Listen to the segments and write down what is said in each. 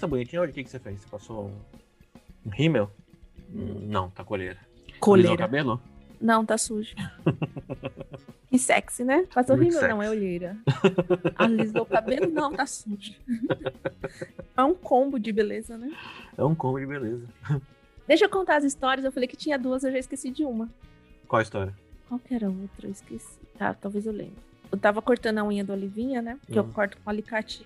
tá bonitinho hoje? O que, que você fez? Você passou um, um rímel? Hum, Não, tá colheira. Alisou o Coleira. cabelo? Não, tá sujo. e sexy, né? Passou Muito rímel? Não, sexy. é olheira. Alisou o cabelo? Não, tá sujo. é um combo de beleza, né? É um combo de beleza. Deixa eu contar as histórias. Eu falei que tinha duas, eu já esqueci de uma. Qual a história? Qual que era a outra? Eu esqueci. Tá, talvez eu lembre. Eu tava cortando a unha do Olivinha, né? Que Uhum. eu corto com um alicate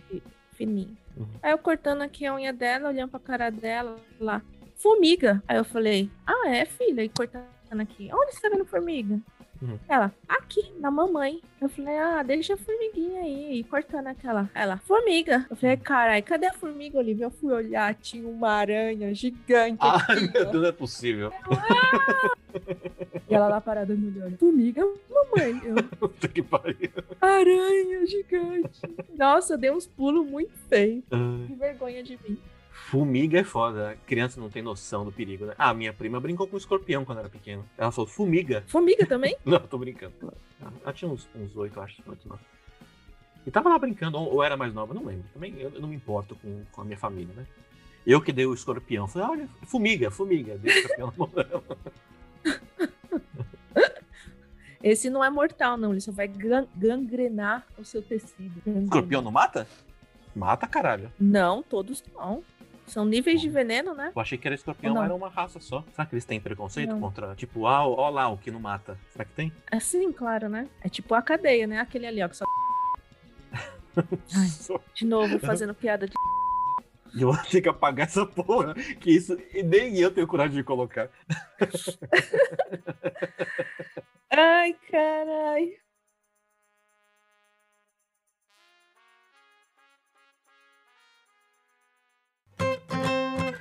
fininho. Uhum. Aí eu cortando aqui a unha dela, olhando pra cara dela lá. Formiga. Aí eu falei, ah, é, filha? E cortando aqui. Onde você tá vendo formiga? Uhum. Ela, aqui, na mamãe. Eu falei, ah, deixa a formiguinha aí. E cortando aquela. Ela, formiga. Eu Uhum. falei, carai, cadê a formiga, Olivia? Eu fui olhar, tinha uma aranha gigante. Ai, aqui, ó. meu Deus, não é possível. E ela lá parada me olhando. Formiga, mamãe. Eu, Puta que pariu. Aranha gigante. Nossa, deu uns pulos muito feios. Ai, Que vergonha de mim. Fumiga Ah, é foda. Criança não tem noção do perigo, né? Ah, minha prima brincou com um escorpião quando era pequena. Ela falou, fumiga. Formiga também? Não, tô brincando. Ela tinha uns uns oito, acho, oito, nove. E tava lá brincando, ou, ou era mais nova, não lembro. Também eu, eu não me importo com, com a minha família, né? Eu que dei o escorpião. Falei, "Ah, olha, fumiga, fumiga. Dei o escorpião na mão dela. Esse não é mortal, não. Ele só vai gan- gangrenar o seu tecido. Gangrena. Escorpião não mata? Mata, caralho. Não, todos não. São níveis de veneno, né? Eu achei que era escorpião, Ou não? era uma raça só. Será que eles têm preconceito Não. contra, tipo, ah, ó lá o que não mata? Será que tem? Assim, claro, né? É tipo a cadeia, né? Aquele ali, ó. Que só... Ai. Só- De novo, fazendo piada de. Eu vou ter que apagar essa porra, que isso e nem eu tenho coragem de colocar. Ai, carai. vamos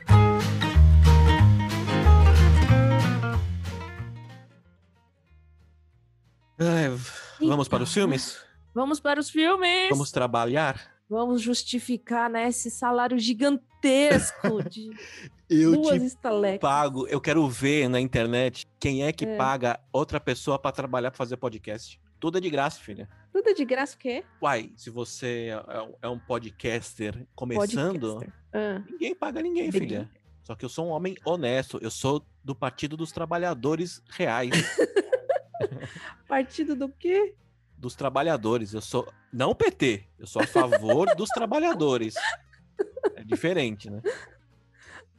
vamos É, para para os filmes? Vamos para os filmes! Vamos trabalhar? Vamos justificar, né? Esse salário gigantesco de Eu duas te estalecas. pago, eu quero ver na internet quem é que É. paga outra pessoa pra trabalhar pra fazer podcast. Tudo é de graça, filha. Tudo é de graça, o quê? Uai, se você é um- é um podcaster começando, Podcaster. Ah, ninguém paga ninguém, Ninguém. filha. Só que eu sou um homem honesto, eu sou do Partido dos Trabalhadores Reais. partido do quê? dos trabalhadores. Eu sou. Não o PT. Eu sou a favor dos trabalhadores. É diferente, né?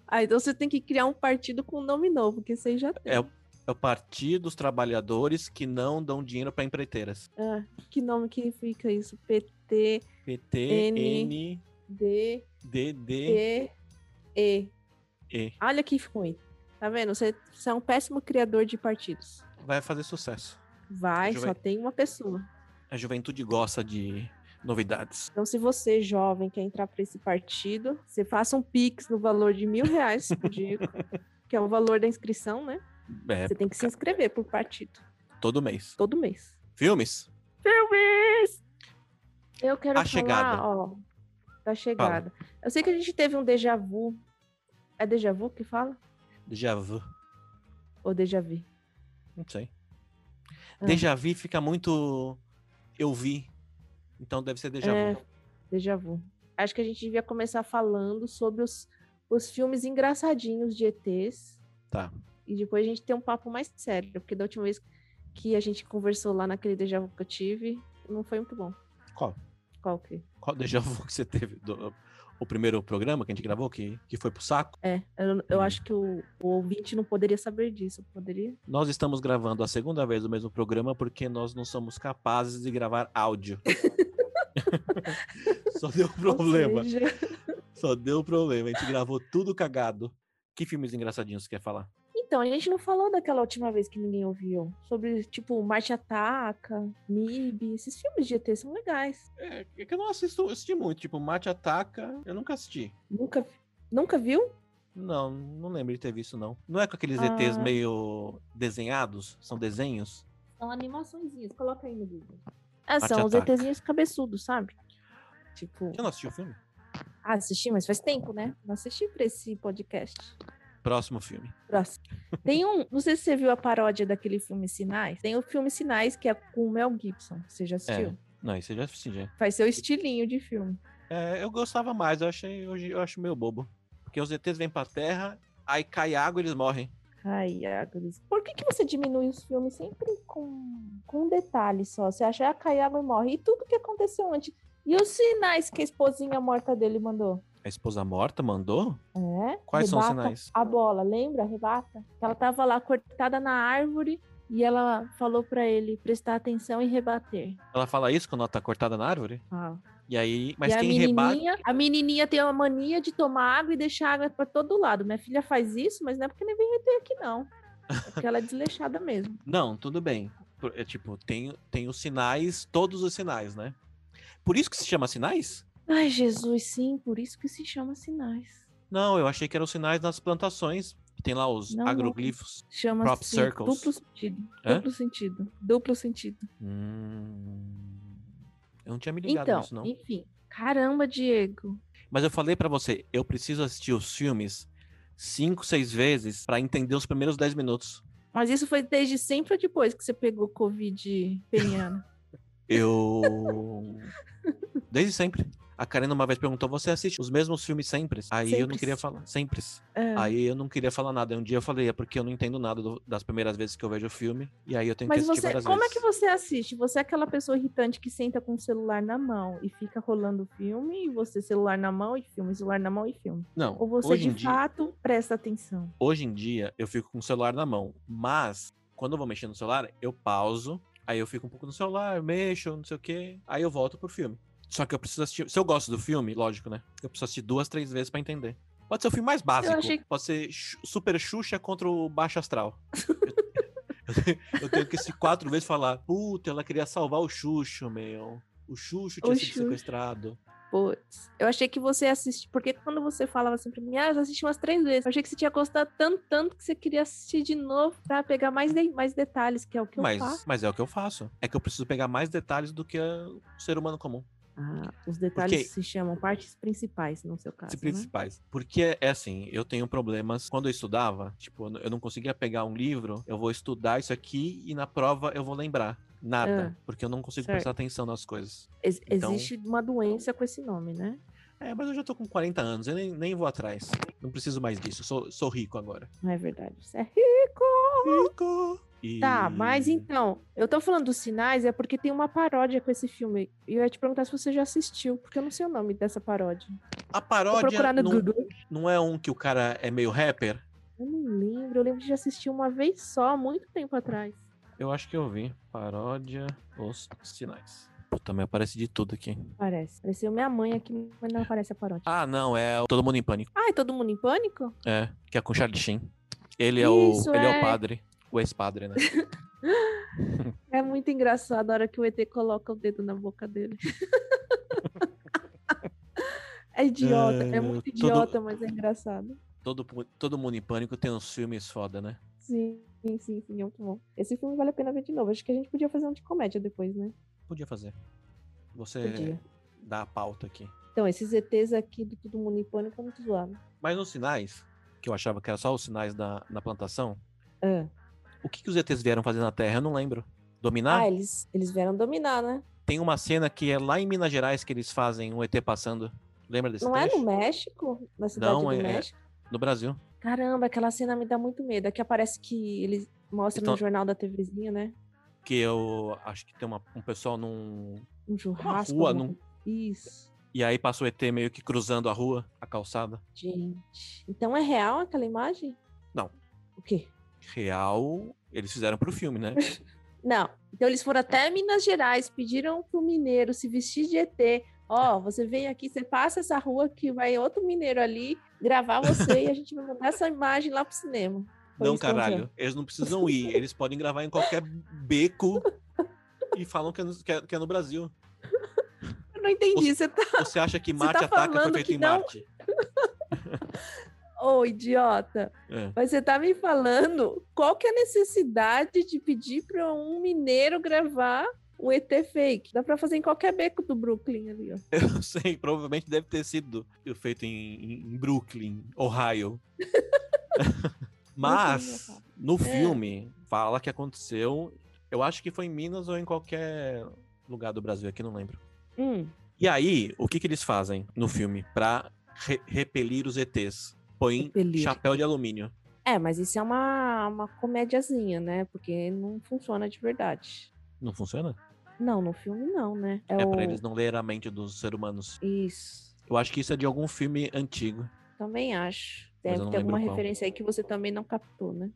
Ah, então você tem que criar um partido com nome novo, que você já tem. É o, é o Partido dos Trabalhadores que não dão dinheiro para empreiteiras. Ah, que nome que fica isso? PT, PT, N. N, D, D, D, E, E. E. Olha que ruim. Tá vendo? Você, você é um péssimo criador de partidos. Vai fazer sucesso. Vai, Deixa eu só tem uma pessoa. A juventude gosta de novidades. Então, se você, jovem, quer entrar para esse partido, você faça um pix no valor de mil reais, eu digo, que é o valor da inscrição, né? É, Você tem que se inscrever por partido, todo mês. todo mês. Filmes? filmes! Eu quero A falar, Chegada. ó, da chegada. Eu sei que a gente teve um déjà vu. É déjà vu que fala? Déjà vu. Ou déjà vu? Não sei. Ah. Déjà vu fica muito. Eu vi. Então deve ser déjà É. vu. Déjà vu. Acho que a gente devia começar falando sobre os, os filmes engraçadinhos de ETs. Tá. E depois a gente tem um papo mais sério, porque da última vez que a gente conversou lá naquele déjà vu que eu tive, não foi muito bom. Qual? Qual que? Qual déjà vu que você teve? Do, o primeiro programa que a gente gravou, que, que foi pro saco? É, eu, eu Hum. acho que o, o ouvinte não poderia saber disso, poderia? Nós estamos gravando a segunda vez o mesmo programa porque nós não somos capazes de gravar áudio. Só deu Ou problema. seja, Só deu problema. A gente gravou tudo cagado. Que filmes engraçadinhos você quer falar? Então, a gente não falou daquela última vez que ninguém ouviu. Sobre, tipo, Marte Ataca, MIB. Esses filmes de ET são legais. É, é que eu não assisto, eu assisti muito. Tipo, Mate Ataca, eu nunca assisti. Nunca, nunca viu? Não, não lembro de ter visto, não. Não é com aqueles ETs Ah. meio desenhados? São desenhos? São animações. Coloca aí no Google. É, Marte são os Ataca. ETzinhos cabeçudos, sabe? Tipo, Eu não assisti o filme. ah, assisti, mas faz tempo, né? Não assisti pra esse podcast. Próximo filme. Próximo. Tem um, não sei se você viu a paródia daquele filme Sinais. Tem o filme Sinais, que é com o Mel Gibson. Você já assistiu? Não, isso eu já assisti já. Faz seu estilinho de filme. É, É, eu gostava mais, eu achei hoje eu acho meio bobo. Porque os ETs vêm pra Terra, aí cai água e eles morrem. Ai, Agnes. Por que, que você diminui os filmes sempre com, com um detalhe só? Você acha que cai água e morre. E tudo que aconteceu antes. E os sinais que a esposinha morta dele mandou? A esposa morta mandou? É? Quais são os Rebata sinais? A bola, lembra? Rebata? Ela tava lá cortada na árvore e ela falou pra ele prestar atenção e rebater. Ela fala isso quando ela tá cortada na árvore? Ah. E aí, mas e quem a rebate. menininha, a menininha tem uma mania de tomar água e deixar água pra todo lado. Minha filha faz isso, mas não é porque nem vem reter aqui, não. É porque ela é desleixada mesmo. Não, tudo bem. Por- É, tipo, tem, tem os sinais, todos os sinais, né? Por isso que se chama sinais? Ai, Jesus, sim, por isso que se chama sinais. Não, eu achei que eram os sinais nas plantações. que Tem lá os Não, não. agroglifos. Crop Chama-se circles. duplo sentido. Hã? Duplo sentido. Duplo sentido. Hum, eu não tinha me ligado Então, nisso, não. enfim. Caramba, Diego. Mas eu falei pra você, eu preciso assistir os filmes cinco, seis vezes pra entender os primeiros 10 minutos. Mas isso foi desde sempre ou depois que você pegou Covid peniano? Eu. Desde sempre. A Karina uma vez perguntou: você assiste os mesmos filmes sempre? Aí eu não Sempre. queria falar. Sempre. É. Aí eu não queria falar nada. Aí um dia eu falei, é porque eu não entendo nada do- das primeiras vezes que eu vejo o filme. E aí eu tenho que Mas assistir você, várias como vezes. é que você assiste? Você é aquela pessoa irritante que senta com o celular na mão e fica rolando o filme, e você celular na mão e filme, celular na mão e filme. Não, Ou você hoje, em de dia, fato presta atenção? hoje em dia eu fico com o celular na mão. Mas quando eu vou mexer no celular, eu pauso. Aí eu fico um pouco no celular, mexo, não sei o quê. Aí eu volto pro filme. Só que eu preciso assistir. Se eu gosto do filme, lógico, né? Eu preciso assistir duas, três vezes pra entender. Pode ser o filme mais básico. achei que- Pode ser Xu- Super Xuxa contra o Baixo Astral. eu, te- eu tenho que assistir quatro vezes e falar: Puta, ela queria salvar o Xuxo, meu. O Xuxo tinha O sido Xuxo. sequestrado. Puts, eu achei que você assiste, porque quando você falava assim pra mim, ah, eu já assisti umas três vezes. Eu achei que você tinha gostado tanto, tanto que você queria assistir de novo pra pegar mais, de- mais detalhes, que é o que eu faço. Mas, mas é o que eu faço. É que eu preciso pegar mais detalhes do que ah, o ser humano comum. Ah, os detalhes Porque- se chamam partes principais, no seu caso. né? As principais. Porque é assim, eu tenho problemas. Quando eu estudava, tipo, eu não- eu não conseguia pegar um livro, eu vou estudar isso aqui e na prova eu vou lembrar. Nada. porque eu não consigo Ah, certo. prestar atenção nas coisas. Né? Ex- Então- Existe uma doença com esse nome, né? É, mas eu já tô com 40 anos, eu nem, nem vou atrás. Não preciso mais disso. eu Sou, sou rico agora. Não é verdade. Você é Rico! E- Tá, mas então, eu tô falando dos sinais é porque tem uma paródia com esse filme. E eu ia te perguntar se você já assistiu, porque eu não sei o nome dessa paródia. A Vou paródia procurar no não, Google. não é um que o cara é meio rapper? Eu não lembro, eu lembro de já assistir uma vez só, há muito tempo atrás. Eu acho que eu vi. Paródia, os sinais. Puta, me aparece de tudo aqui. Parece. Pareceu minha mãe aqui, mas não aparece a paródia. Ah, não, é o Todo Mundo em Pânico. Ah, é todo mundo em pânico? É, que é com Charlie Sheen. Ele é o, Isso, ele é. é. o padre, o ex-padre, né? É muito engraçado a hora que o ET coloca o dedo na boca dele. é idiota, é, É, muito todo- idiota, mas é engraçado. Todo, pu- todo mundo em pânico tem uns filmes foda, né? Sim, sim, sim, sim, é muito bom. Esse filme vale a pena ver de novo. Acho que a gente podia fazer um de comédia depois, né? Podia fazer. Você Podia. dá a pauta aqui. Então, esses ETs aqui do Todo Mundo em Pânico é muito zoado. Mas nos sinais, que eu achava que era só os sinais da, na plantação, Ah, o que, que os ETs vieram fazer na Terra? Eu não lembro. Dominar? Ah, eles, eles vieram dominar, né? Tem uma cena que é lá em Minas Gerais que eles fazem um ET passando. Lembra desse Não trecho? é no México? Na cidade Não, do é- é- México? No Brasil. Caramba, aquela cena me dá muito medo. Aqui aparece que eles mostram Então- no jornal da TVzinha, né? Que eu acho que tem uma- um pessoal num. Um churrasco. rua, alguma num- coisa. Isso. E aí passa o ET meio que cruzando a rua, a calçada. Gente. Então é real aquela imagem? Não. O quê? Real, eles fizeram pro filme, né? Não. Então eles foram até Minas Gerais, pediram pro mineiro se vestir de ET. Ó, você vem aqui, você passa essa rua que vai outro mineiro ali gravar você e a gente vai mandar essa imagem lá pro cinema. Foi Não, isso que eu caralho. Eles não precisam ir. Eles podem gravar em qualquer beco e falam que é no, que é- que é no Brasil. vi. Eu não entendi. Você tá. Você acha que Você Marte tá ataca foi falando feito que em não? Marte? Ô, idiota. É. Mas você tá me falando qual que é a necessidade de pedir pra um mineiro gravar um ET fake? Dá pra fazer em qualquer beco do Brooklyn ali, ó. Eu não sei. Provavelmente deve ter sido feito em, em- em Brooklyn, Ohio. Mas, É. no filme, fala que aconteceu. Eu acho que foi em Minas ou em qualquer lugar do Brasil aqui, não lembro. Hum, E aí, o que, que eles fazem no filme pra re- repelir os ETs? Põe Repelir. chapéu de alumínio. É, mas isso é uma, uma comédiazinha, né? Porque não funciona de verdade. Não funciona? Não, no filme não, né? É, o- pra eles não ler a mente dos seres humanos. Isso, Eu acho que isso é de algum filme antigo. também acho. Mas eu Deve não ter alguma lembro qual. referência aí que você também não captou, né?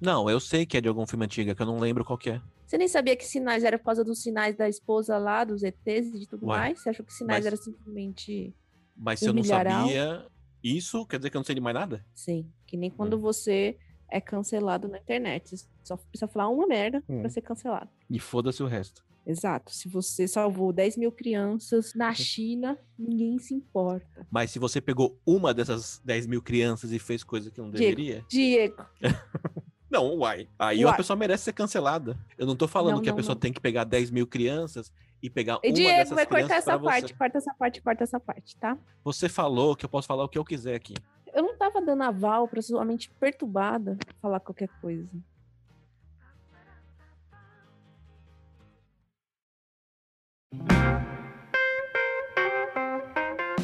Não, eu sei que é de algum filme antigo, é que eu não lembro qual que é. Você nem sabia que sinais era por causa dos sinais da esposa lá, dos ETs e de tudo Ué, mais? Você achou que sinais mas- era simplesmente. Mas Um se eu não milharal? sabia isso, quer dizer que eu não sei de mais nada? Sim, que nem quando você é cancelado na internet. Você só precisa falar uma merda Hum. pra ser cancelado. E foda-se o resto. Exato. Se você salvou 10 mil crianças É. na China, ninguém se importa. Mas se você pegou uma dessas 10 mil crianças e fez coisa que não Diego. deveria. Diego, Não, uai. Aí Uai. a pessoa merece ser cancelada. Eu não tô falando Não, que a não, pessoa não. tem que pegar 10 mil crianças e pegar e uma Diego dessas vai cortar crianças pra essa você. parte, corta essa parte, corta essa parte, tá? Você falou que eu posso falar o que eu quiser aqui. Eu não tava dando aval pra sua mente perturbada falar qualquer coisa.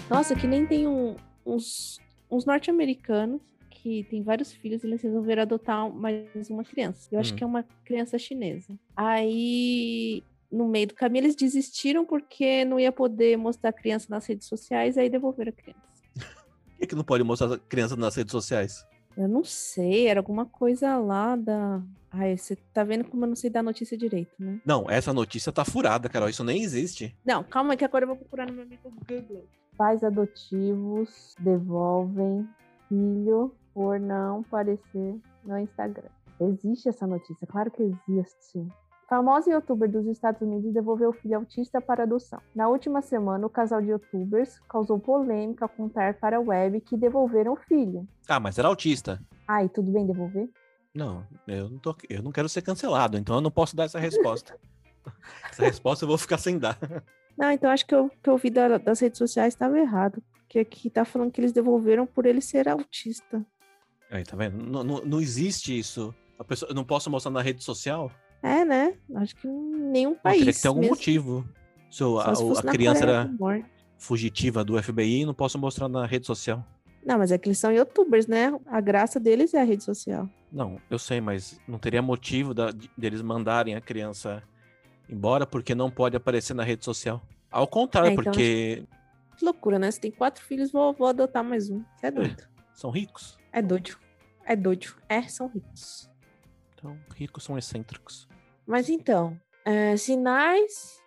Nossa, que nem tem um- uns, uns norte-americanos que tem vários filhos e eles resolveram adotar um, mais uma criança. Eu acho Hum. que é uma criança chinesa. Aí, no meio do caminho, eles desistiram porque não ia poder mostrar a criança nas redes sociais, aí devolveram a criança. Por que, que não pode mostrar a criança nas redes sociais? Eu não sei, era alguma coisa lá da. Ai, você tá vendo como eu não sei dar notícia direito, né? Não, essa notícia tá furada, Carol. Isso nem existe. Não, calma aí que agora eu vou procurar no meu amigo Google. Pais adotivos devolvem filho por não aparecer no Instagram. Existe essa notícia, claro que existe. Famosa youtuber dos Estados Unidos devolveu o filho autista para adoção. Na última semana, o casal de youtubers causou polêmica ao contar para a web que devolveram o filho. Ah, mas era autista. Ai, tudo bem devolver? Não, eu não, tô, eu não quero ser cancelado, então eu não posso dar essa resposta. essa resposta eu vou ficar sem dar. Não, então acho que o que eu vi da- das redes sociais estava errado. Porque aqui tá falando que eles devolveram por ele ser autista. Aí, tá vendo? Não, não, não existe isso. A pessoa, eu não posso mostrar na rede social? É, né? Acho que em nenhum Não, país. teria que ter algum mesmo. motivo. Se eu- Só a, se o- fosse a na criança Coreia era do Norte. fugitiva do FBI, não posso mostrar na rede social. Não, mas é que eles são youtubers, né? A graça deles é a rede social. Não, eu sei, mas não teria motivo da- de- deles mandarem a criança embora porque não pode aparecer na rede social. Ao contrário, É, então porque Que loucura, né? Você tem quatro filhos, vou, vou adotar mais um. Você é doido. são ricos. É doido. É doido. É, são ricos. Então, ricos são excêntricos. Mas então, é, Sinais,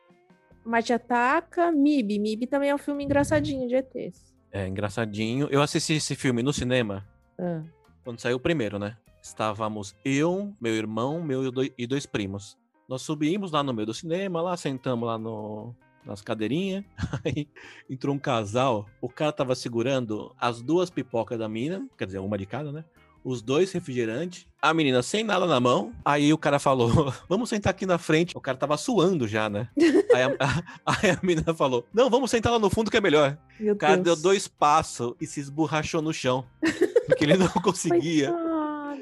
Marte Ataca, MIB. MIB também é um filme engraçadinho de ETs. É engraçadinho. Eu assisti esse filme no cinema Ah, quando saiu o primeiro, né? Estávamos eu, meu irmão, meu e doi- e dois primos. Nós subimos lá no meio do cinema, lá sentamos lá no, nas cadeirinhas. Aí entrou um casal, o cara tava segurando as duas pipocas da mina, quer dizer, uma de cada, né? Os dois refrigerantes, a menina sem nada na mão. Aí o cara falou: Vamos sentar aqui na frente. O cara tava suando já, né? Aí a, aí a menina falou: Não, vamos sentar lá no fundo que é melhor. meu O cara deu Deus. dois passos e se esborrachou no chão. Porque ele não conseguia um-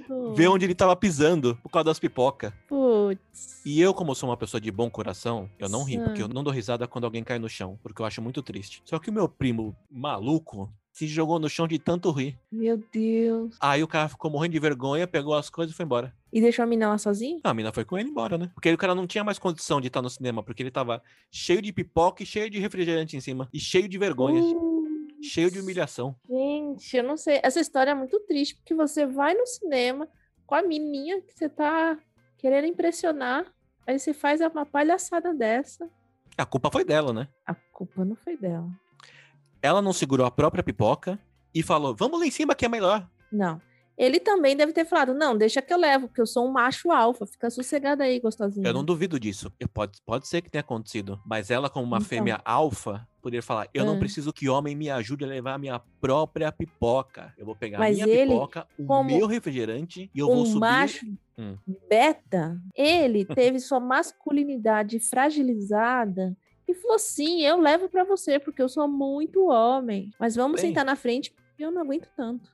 Coitado. ver onde ele tava pisando por causa das pipoca. Putz. E eu, como sou uma pessoa de bom coração, eu não ri, Sim. porque eu não dou risada quando alguém cai no chão, porque eu acho muito triste. Só que o meu primo maluco se jogou no chão de tanto rir. Meu Deus. Aí o cara ficou morrendo de vergonha, pegou as coisas e foi embora. E deixou a mina lá sozinha? Ah, A mina foi com ele embora, né? Porque aí o cara não tinha mais condição de estar no cinema, porque ele tava cheio de pipoca e cheio de refrigerante em cima. E cheio de vergonha, Uh, cheio de humilhação. gente, eu não sei. Essa história é muito triste, porque você vai no cinema com a menininha que você tá querendo impressionar, aí você faz uma palhaçada dessa. A culpa foi dela, né? A culpa não foi dela. ela não segurou a própria pipoca e falou: vamos lá em cima que é melhor. Não. Ele também deve ter falado, não, deixa que eu levo, porque eu sou um macho alfa. Fica sossegada aí, gostosinha. Eu não duvido disso. Eu pode, pode ser que tenha acontecido. Mas ela, como uma Então. fêmea alfa, poderia falar: eu Ah. não preciso que homem me ajude a levar a minha própria pipoca. Eu vou pegar Mas a minha ele, pipoca, o como meu refrigerante e eu vou um subir. macho Hum. beta, ele teve sua masculinidade fragilizada e falou: sim, eu levo pra você, porque eu sou muito homem. Mas vamos Bem. sentar na frente, porque eu não aguento tanto.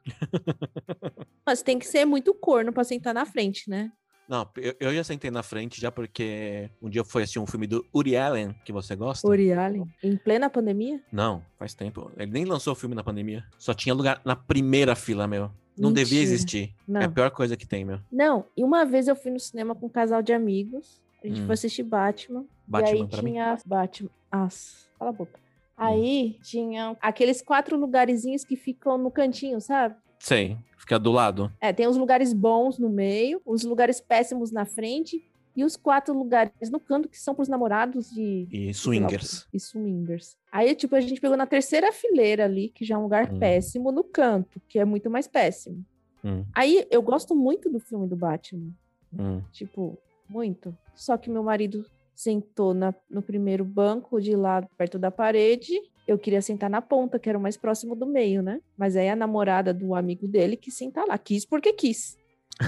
mas tem que ser muito corno pra sentar na frente, né? Não, eu, eu já sentei na frente já porque um dia foi assim um filme do Uri Allen, que você gosta? Uri Allen, em plena pandemia? Não, faz tempo. Ele nem lançou o filme na pandemia. Só tinha lugar na primeira fila, meu. Não Mentira. devia existir. Não. É a pior coisa que tem, meu. Não, e uma vez eu fui no cinema com um casal de amigos. A gente Hum. foi assistir Batman. e Batman aí pra mim. Hum. tinha Batman. Nossa, cala a boca. Aí tinha aqueles quatro lugarzinhos que ficam no cantinho, sabe? Sei. Fica do lado. É, tem os lugares bons no meio, os lugares péssimos na frente e os quatro lugares no canto que são pros namorados de E swingers. e swingers. Aí, tipo, a gente pegou na terceira fileira ali, que já é um lugar Hum. péssimo, no canto, que é muito mais péssimo. Hum, Aí eu gosto muito do filme do Batman. hum. Tipo, muito. Só que meu marido sentou na- no primeiro banco de lá perto da parede. Eu queria sentar na ponta, que era o mais próximo do meio, né? Mas aí a namorada do amigo dele quis sentar lá. Quis porque quis.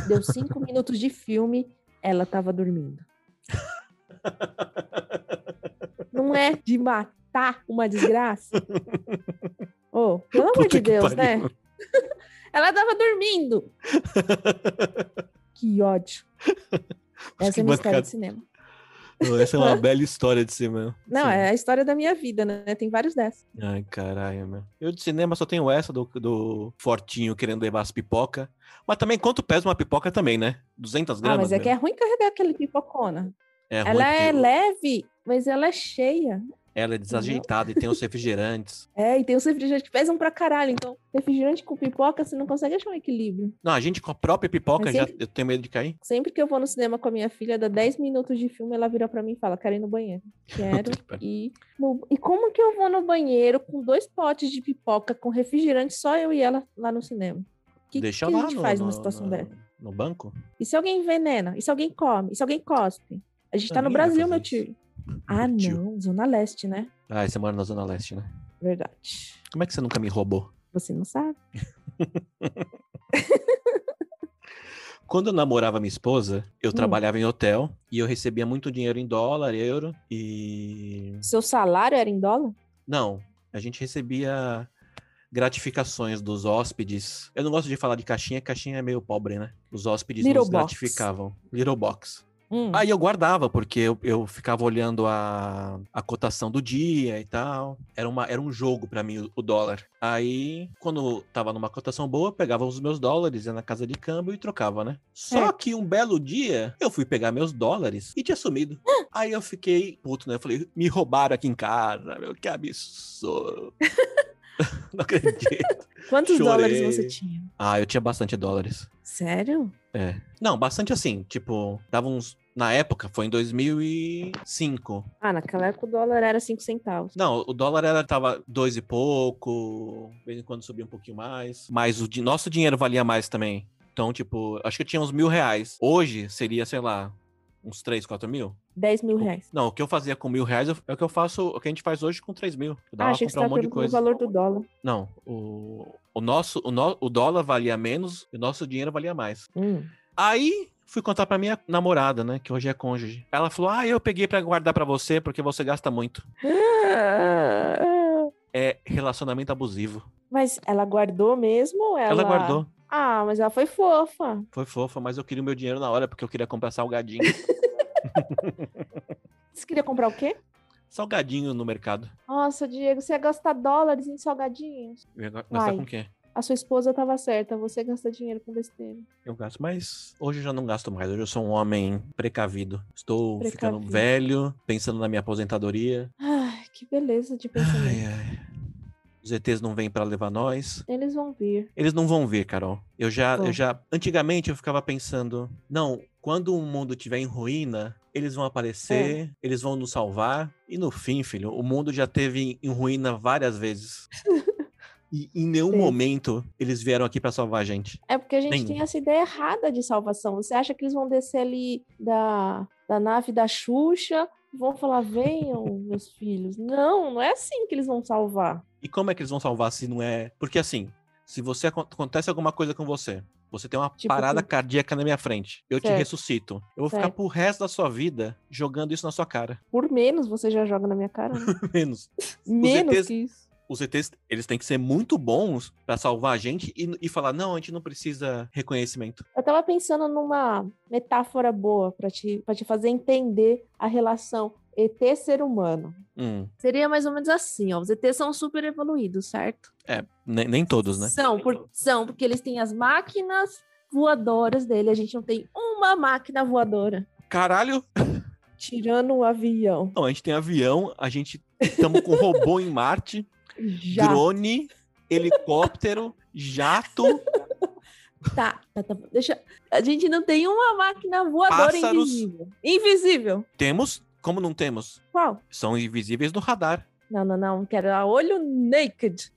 Deu cinco minutos de filme, ela tava dormindo. Não é de matar uma desgraça? Ô, pelo amor Puta que de Deus, pariu. né? Ela tava dormindo. Que ódio. Essa é a minha história de cinema. Essa é uma bela história de si, meu. Não, Sim. é a história da minha vida, né? Tem vários dessas. Ai, caralho, meu. Eu de cinema só tenho essa do, do Fortinho querendo levar as pipoca. Mas também, quanto pesa uma pipoca também, né? 200 Ah, gramas? mas é meu? que é ruim carregar aquela pipocona. É ruim ela é porque leve, mas ela é cheia. Ela é desajeitada e tem os refrigerantes. É, e tem os refrigerantes que pesam pra caralho. Então, refrigerante com pipoca, você não consegue achar um equilíbrio. Não, a gente com a própria pipoca, Mas já, sempre- eu tenho medo de cair. Sempre que eu vou no cinema com a minha filha, dá 10 minutos de filme, ela vira pra mim e fala: quero ir no banheiro. Quero Puta que pariu. ir no... E como que eu vou no banheiro com dois potes de pipoca, com refrigerante, só eu e ela lá no cinema? O que, Deixa que lá a gente no, faz numa no- situação no- dessa? no banco? E se alguém envenena? E se alguém come? E se alguém cospe? A gente tá no Ninguém vai Brasil, fazer meu isso. é tio. Ah, Meu tio. não. Zona Leste, né? Ah, você mora na Zona Leste, né? Verdade. Como é que você nunca me roubou? Você não sabe. Quando eu namorava minha esposa, eu Hum. trabalhava em hotel e eu recebia muito dinheiro em dólar, euro e. Seu salário era em dólar? Não, a gente recebia gratificações dos hóspedes. Eu não gosto de falar de caixinha, caixinha é meio pobre, né? Os hóspedes Little nos box. gratificavam. Little box. Hum. Aí eu guardava, porque eu, eu ficava olhando a, a cotação do dia e tal. Era, uma, era um jogo pra mim, o, o dólar. Aí, quando tava numa cotação boa, eu pegava os meus dólares ia na casa de câmbio e trocava, né? Só Certo. que um belo dia, eu fui pegar meus dólares e tinha sumido. Aí eu fiquei puto, né? Eu falei, me roubaram aqui em casa, meu, que absurdo. Não acredito. Quantos chorei. dólares você tinha? Ah, eu tinha bastante dólares. Sério? É. Não, bastante assim. Tipo, dava uns. Na época, foi em 2005. Ah, naquela época o dólar era 5 centavos. Não, o dólar era, tava dois e pouco, de vez em quando subia um pouquinho mais. Mas o di- nosso dinheiro valia mais também. Então, tipo, acho que eu tinha uns mil reais. Hoje seria, sei lá, uns três, quatro mil. 10 mil reais. Não, o que eu fazia com mil reais eu- é o que eu faço, o que a gente faz hoje com três mil. Eu Ah, dava pra achei que você comprar um estava monte de perguntando o coisa. valor do dólar. Não, o, o nosso, o, no- o dólar valia menos e o nosso dinheiro valia mais. Hum. Aí fui contar pra minha namorada, né, que hoje é cônjuge. Ela falou: "Ah, eu peguei pra guardar pra você porque você gasta muito". Ah, É relacionamento abusivo. Mas ela guardou mesmo? ou Ela... Ela, guardou. Ah, mas ela foi fofa. Foi fofa, mas eu queria o meu dinheiro na hora porque eu queria comprar salgadinho. Você queria comprar o quê? salgadinho no mercado. Nossa, Diego, você ia gastar dólares em salgadinhos. Eu ia ga- gastar Uai. com o quê? A sua esposa estava certa, você gasta dinheiro com besteira. Eu gasto, mas hoje eu já não gasto mais. Hoje eu sou um homem precavido. Estou ficando Precavido. velho, pensando na minha aposentadoria. Ai, que beleza de pensamento. Ai, ai. Os ETs não vêm pra levar nós. Eles vão vir. Eles não vão ver, Carol. Eu já, eu Vão. já. Antigamente eu ficava pensando, não, quando o mundo estiver em ruína, eles vão É. aparecer, eles vão nos salvar. E no fim, filho, o mundo já teve em ruína várias vezes. E em nenhum Teve. momento eles vieram aqui pra salvar a gente. É porque a gente Nenhum. tem essa ideia errada de salvação. Você acha que eles vão descer ali da, da nave da Xuxa e vão falar: venham, meus filhos. Não, não é assim que eles vão salvar. E como é que eles vão salvar se não é? Porque assim, se você acon- acontece alguma coisa com você, você tem uma Tipo parada que- cardíaca na minha frente, eu te Certo. ressuscito. Eu vou ficar Certo. pro resto da sua vida jogando isso na sua cara. Por menos você já joga na minha cara. né? Menos. Menos ETs que isso. os ETs, eles têm que ser muito bons pra salvar a gente e, e falar, não, a gente não precisa reconhecimento. Eu tava pensando numa metáfora boa para te, pra te fazer entender a relação ET-ser humano. Hum, Seria mais ou menos assim, ó. Os ETs são super evoluídos, certo? é, nem, nem todos, né? São, por, são, porque eles têm as máquinas voadoras dele. A gente não tem uma máquina voadora. Caralho! Tirando o avião. Não, a gente tem avião, a gente estamos com robô em Marte, Já. drone, helicóptero, jato, Tá, tá, tá. Deixa... A gente não tem uma máquina voadora Pássaros. invisível. Invisível. temos, como não temos? Qual? São invisíveis no radar. Não, não, não. Quero a olho naked.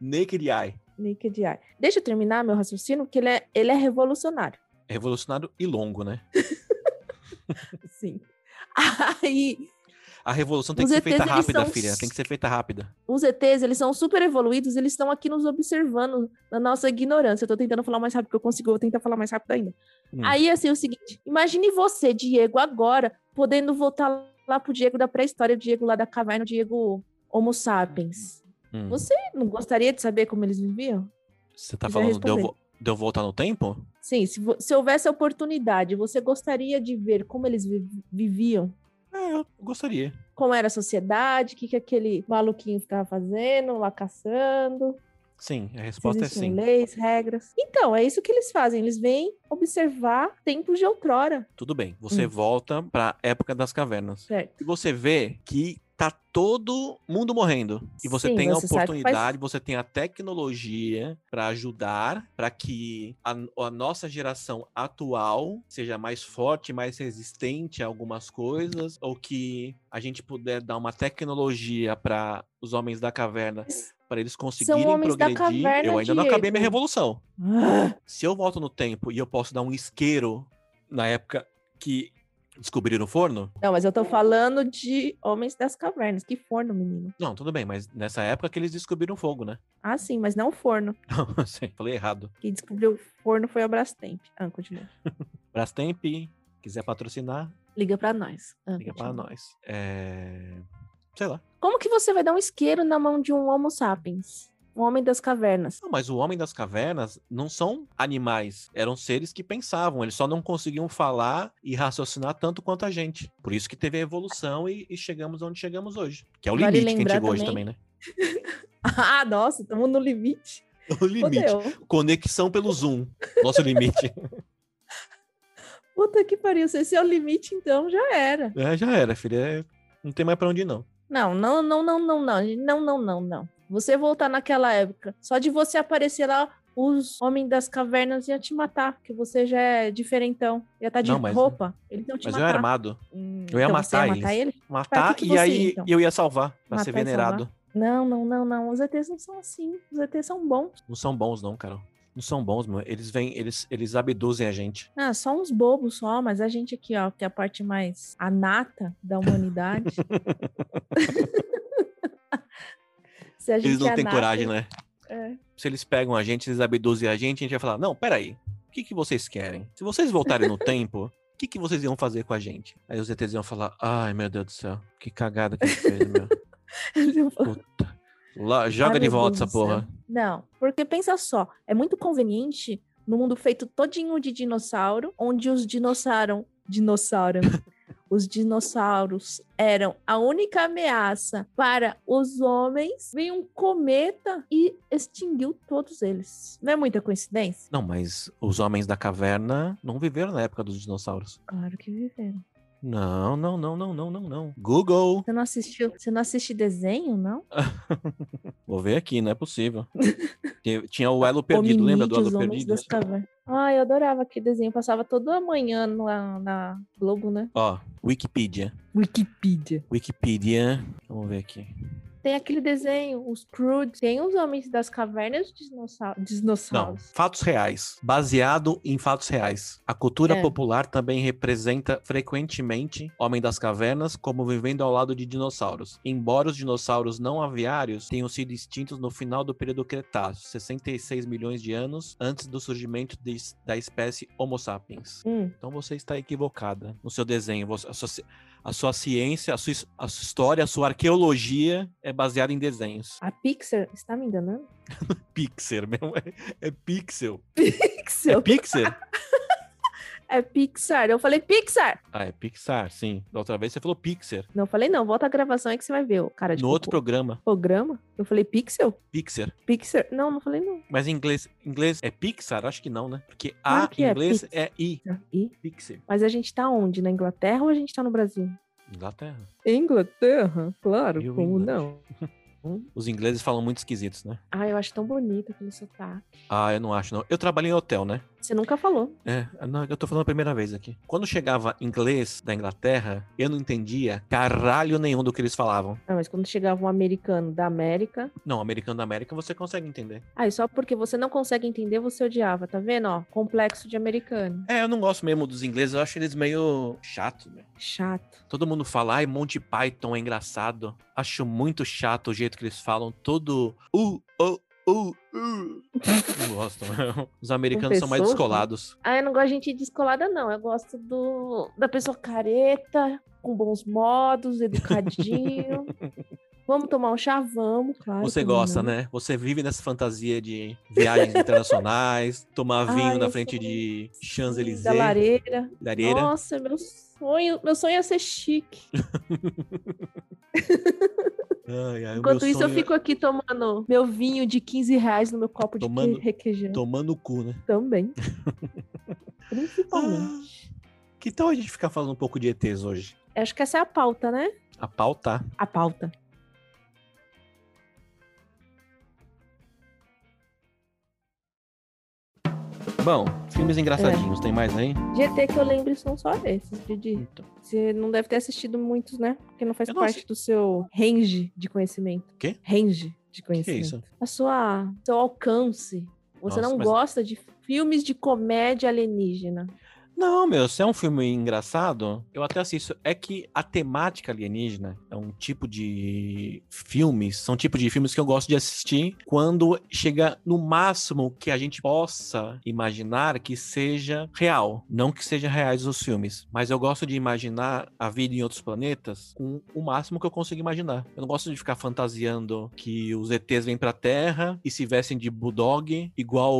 Naked Eye. Naked eye. Deixa eu terminar meu raciocínio, porque ele é, ele é revolucionário. É Revolucionário e longo, né? Sim. Aí, A revolução tem Os que ser feita ETs, eles rápida, são- filha. Tem que ser feita rápida. os ETs, eles são super evoluídos, eles estão aqui nos observando na nossa ignorância. Eu tô tentando falar o mais rápido que eu consigo, eu vou tentar falar mais rápido ainda. Hum. Aí, assim, é o seguinte, imagine você, Diego, agora, podendo voltar lá pro Diego da pré-história, o Diego lá da caverna, o Diego Homo sapiens. Hum. Você não gostaria de saber como eles viviam? Você tá Já falando de eu, respondeu. vo- de eu voltar no tempo? Sim, se, vo- se houvesse a oportunidade, você gostaria de ver como eles vi- viviam? É, eu gostaria. Como era a sociedade? O que, que aquele maluquinho ficava fazendo, lá caçando? Sim, a Se resposta é existiam sim. leis, regras. Então, é isso que eles fazem. Eles vêm observar tempos de outrora. Tudo bem. Você Hum. volta pra época das cavernas. Certo. E você vê que tá todo mundo morrendo. E você Sim, tem a você sabe que faz- oportunidade, você tem a tecnologia pra ajudar pra que a, a nossa geração atual seja mais forte, mais resistente a algumas coisas, ou que a gente puder dar uma tecnologia pra os homens da caverna pra eles conseguirem homens da progredir. caverna, eu ainda não acabei Diego. minha revolução Ah, se eu volto no tempo e eu posso dar um isqueiro na época que descobriram o forno, Não, mas eu tô falando de homens das cavernas. Que forno, menino. não, tudo bem, mas nessa época que eles descobriram o fogo, né? Ah, sim, mas não forno. Não, sei, falei errado. Quem descobriu o forno foi a Brastemp. Ah, continua. Brastemp, quiser patrocinar, Liga pra nós. Ah, liga continua. pra nós. É... Sei lá. Como que você vai dar um isqueiro na mão de um homo sapiens? Um homem das cavernas. Não, mas o homem das cavernas não são animais, eram seres que pensavam, eles só não conseguiam falar e raciocinar tanto quanto a gente. Por isso que teve a evolução e, e chegamos onde chegamos hoje. Que é o Vale limite que a gente lembrar chegou hoje também, também- né? Ah, nossa, estamos no limite. né? O limite. Fodeu. Conexão pelo Zoom. Nosso limite. Puta que pariu. Se esse é o limite, então já era. É, já era, filho. É, Não tem mais pra onde ir, não. Não, não, não, não, não, não, gente, não, não, não, não. Você voltar naquela época, só de você aparecer lá, os homens das cavernas iam te matar, porque você já é diferentão. Ia estar de Não, mas- roupa. Eles iam te Mas eu matar. era armado. Hum, eu ia então você matar ele? Matar que que e você, aí então? eu ia salvar pra Matar ser e venerado. Não, não, não, não. Os ETs não são assim. Os ETs são bons. Não são bons, não, Carol. Não são bons, meu. Eles vêm, eles, eles abduzem a gente. Ah, só uns bobos só, mas a gente aqui, ó, que é a parte mais anata da humanidade. Se a Eles gente não é têm anata, coragem, né? é. Se eles pegam a gente, eles abduzem a gente, a gente vai falar: não, peraí. O que, que vocês querem? Se vocês voltarem no tempo, o que, que vocês iam fazer com a gente? Aí os ETs iam falar: ai, meu Deus do céu. Que cagada que a gente fez, meu. Puta. Lá, joga Ai, de meu volta Deus essa do céu. porra. Não, porque pensa só, é muito conveniente no mundo feito todinho de dinossauro, onde os dinossauros, dinossauro, os dinossauros eram a única ameaça para os homens, veio um cometa e extinguiu todos eles. Não é muita coincidência? Não, mas os homens da caverna não viveram na época dos dinossauros. Claro que viveram. Não, não, não, não, não, não, não. Google. Você não assistiu, você não assiste desenho, não? Vou ver aqui, não é possível. Te- Tinha o elo perdido, lembra do Hominídeos, elo homens perdido? das cavernas. Ah, eu adorava aquele desenho, passava toda manhã na, na Globo, né? Ó, Wikipedia. Wikipedia. Wikipedia. Vamos ver aqui. Tem aquele desenho, os Crudes, tem os homens das cavernas de dinossau- Não, dinossauros. fatos reais. Baseado em fatos reais. A cultura É. popular também representa frequentemente Homem das Cavernas como vivendo ao lado de dinossauros. Embora os dinossauros não aviários tenham sido extintos no final do período Cretáceo, 66 milhões de anos antes do surgimento de- da espécie Homo sapiens. Hum, Então você está equivocada no seu desenho. Você associa, A sua ciência, a sua, his- a sua história, a sua arqueologia é baseada em desenhos. A Pixar está me enganando? Pixar, mesmo. É, é pixel. É Pixar. pixel? É Pixar. Eu falei Pixar. Ah, é Pixar, sim. Da outra vez você falou Pixar. Não, eu falei não. Volta a gravação aí que você vai ver. ô, Cara de No outro cocô. programa, programa. Eu falei Pixel? Pixar. Pixar? Não, não falei não. Mas em inglês, em inglês é Pixar? Acho que não, né? Porque Claro A que em é, inglês Pixar. é I. E? Pixar. Mas a gente tá onde? Na Inglaterra ou a gente tá no Brasil? Inglaterra. Inglaterra? Claro, New como England. não? Os ingleses falam muito esquisitos, né? Ah, eu acho tão bonito aquele sotaque. Ah, eu não acho, não. Eu trabalhei em hotel, né? Você nunca falou. É, não, eu tô falando a primeira vez aqui. Quando chegava inglês da Inglaterra, eu não entendia caralho nenhum do que eles falavam. Ah, mas quando chegava um americano da América. Não, americano da América você consegue entender. Ah, e só porque você não consegue entender, você odiava, tá vendo? Ó, complexo de americano. É, eu não gosto mesmo dos ingleses, eu acho eles meio chato, né? Chato. Todo mundo fala, ai, Monty Python é engraçado. Acho muito chato o jeito que eles falam, todo uh, uh, uh, uh. Não gosto, não. Os americanos são mais Confessor? descolados. Ah, eu não gosto de gente descolada, não. Eu gosto do da pessoa careta, com bons modos, educadinho. vamos tomar um chá? Vamos, claro. Você como gosta, não. né? Você vive nessa fantasia de viagens internacionais, tomar vinho Ai, na eu frente sou de Da Champs-Élysées, lareira. lareira. Nossa, meu sonho, meu sonho é ser chique. Ai, ai, o Enquanto meu isso, eu sonho é fico aqui tomando meu vinho de 15 reais no meu copo de Tomando- que- requeijão Tomando o cu, né? também. Principalmente. Que tal a gente ficar falando um pouco de ETs hoje? Acho que essa é a pauta, né? A tá. pauta. A pauta. Bom, É. filmes engraçadinhos, tem mais aí? GT que eu lembro são só esses, Didi. Então. Você não deve ter assistido muitos, né? Porque não faz Eu não parte do seu range de conhecimento. Quê? Range de O que é conhecimento. isso? A sua seu alcance. Você Nossa, não mas- gosta de filmes de comédia alienígena. Não, meu, se é um filme engraçado, eu até assisto. É que a temática alienígena é um tipo de filmes, são tipo de filmes que eu gosto de assistir quando chega no máximo que a gente possa imaginar que seja real. Não que sejam reais os filmes, mas eu gosto de imaginar a vida em outros planetas com o máximo que eu consigo imaginar. Eu não gosto de ficar fantasiando que os ETs vêm pra Terra e se vestem de bulldog igual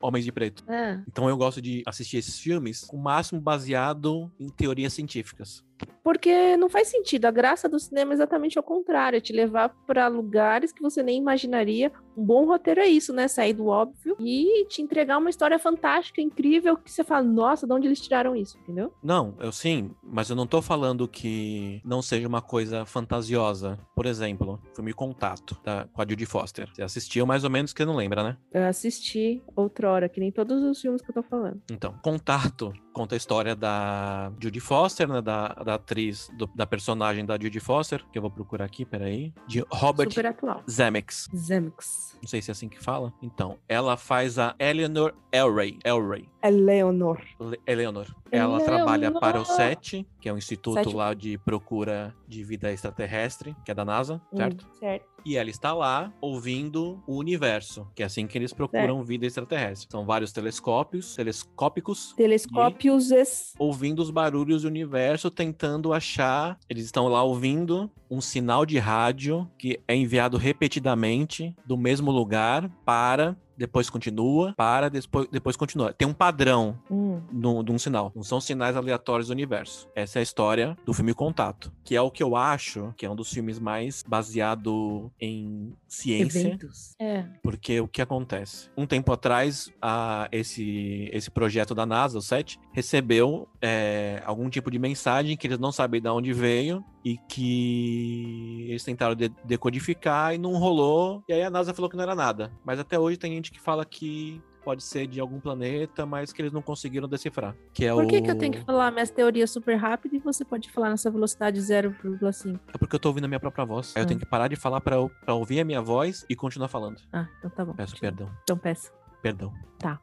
homens de preto. Ah, Então eu gosto de assistir esses filmes com o máximo baseado em teorias científicas. Porque não faz sentido. A graça do cinema é exatamente ao contrário, é te levar para lugares que você nem imaginaria. Um bom roteiro é isso, né? Sair do óbvio e te entregar uma história fantástica, incrível, que você fala, nossa, de onde eles tiraram isso, entendeu? Não, eu sim, mas eu não tô falando que não seja uma coisa fantasiosa. Por exemplo, filme Contato, da, com a Judy Foster. Você assistiu mais ou menos, que não lembra, né? Eu assisti outrora, que nem todos os filmes que eu tô falando. Então, Contato conta a história da Judy Foster, né? Da, da atriz, do- da personagem da Judy Foster, que eu vou procurar aqui, peraí. De Robert Super atual. Zemeckis. Zemix. Não sei se é assim que fala. Então, ela faz a Eleanor Elray. Elray. É Eleonor. Le- Eleanor. Ela Eleanor! trabalha para o SET, que é um instituto SET. lá de procura de vida extraterrestre, que é da NASA, certo? Hum, certo. E ela está lá ouvindo o universo, que é assim que eles procuram vida extraterrestre. São vários telescópios, telescópicos, Telescópios es... ouvindo os barulhos do universo, tentando achar. Eles estão lá ouvindo um sinal de rádio que é enviado repetidamente do mesmo lugar para. Depois continua, para, depois, depois continua. Tem um padrão Hum. no- de um sinal. Não são sinais aleatórios do universo. Essa é a história do filme Contato, que é o que eu acho que é um dos filmes mais baseado em ciência, Eventos. É. porque o que acontece? Um tempo atrás, a- esse, esse projeto da NASA, o SET, recebeu é, algum tipo de mensagem que eles não sabem de onde veio e que eles tentaram de- decodificar e não rolou. E aí a NASA falou que não era nada. Mas até hoje tem gente que fala que pode ser de algum planeta, mas que eles não conseguiram decifrar. Que é Por que, o... que eu tenho que falar minhas teorias super rápido e você pode falar nessa velocidade 0,5? É porque eu tô ouvindo a minha própria voz. Aí eu Ah. tenho que parar de falar pra eu- pra ouvir a minha voz e continuar falando. Ah, então tá bom. Peço Continua. perdão. Então peça. Perdão.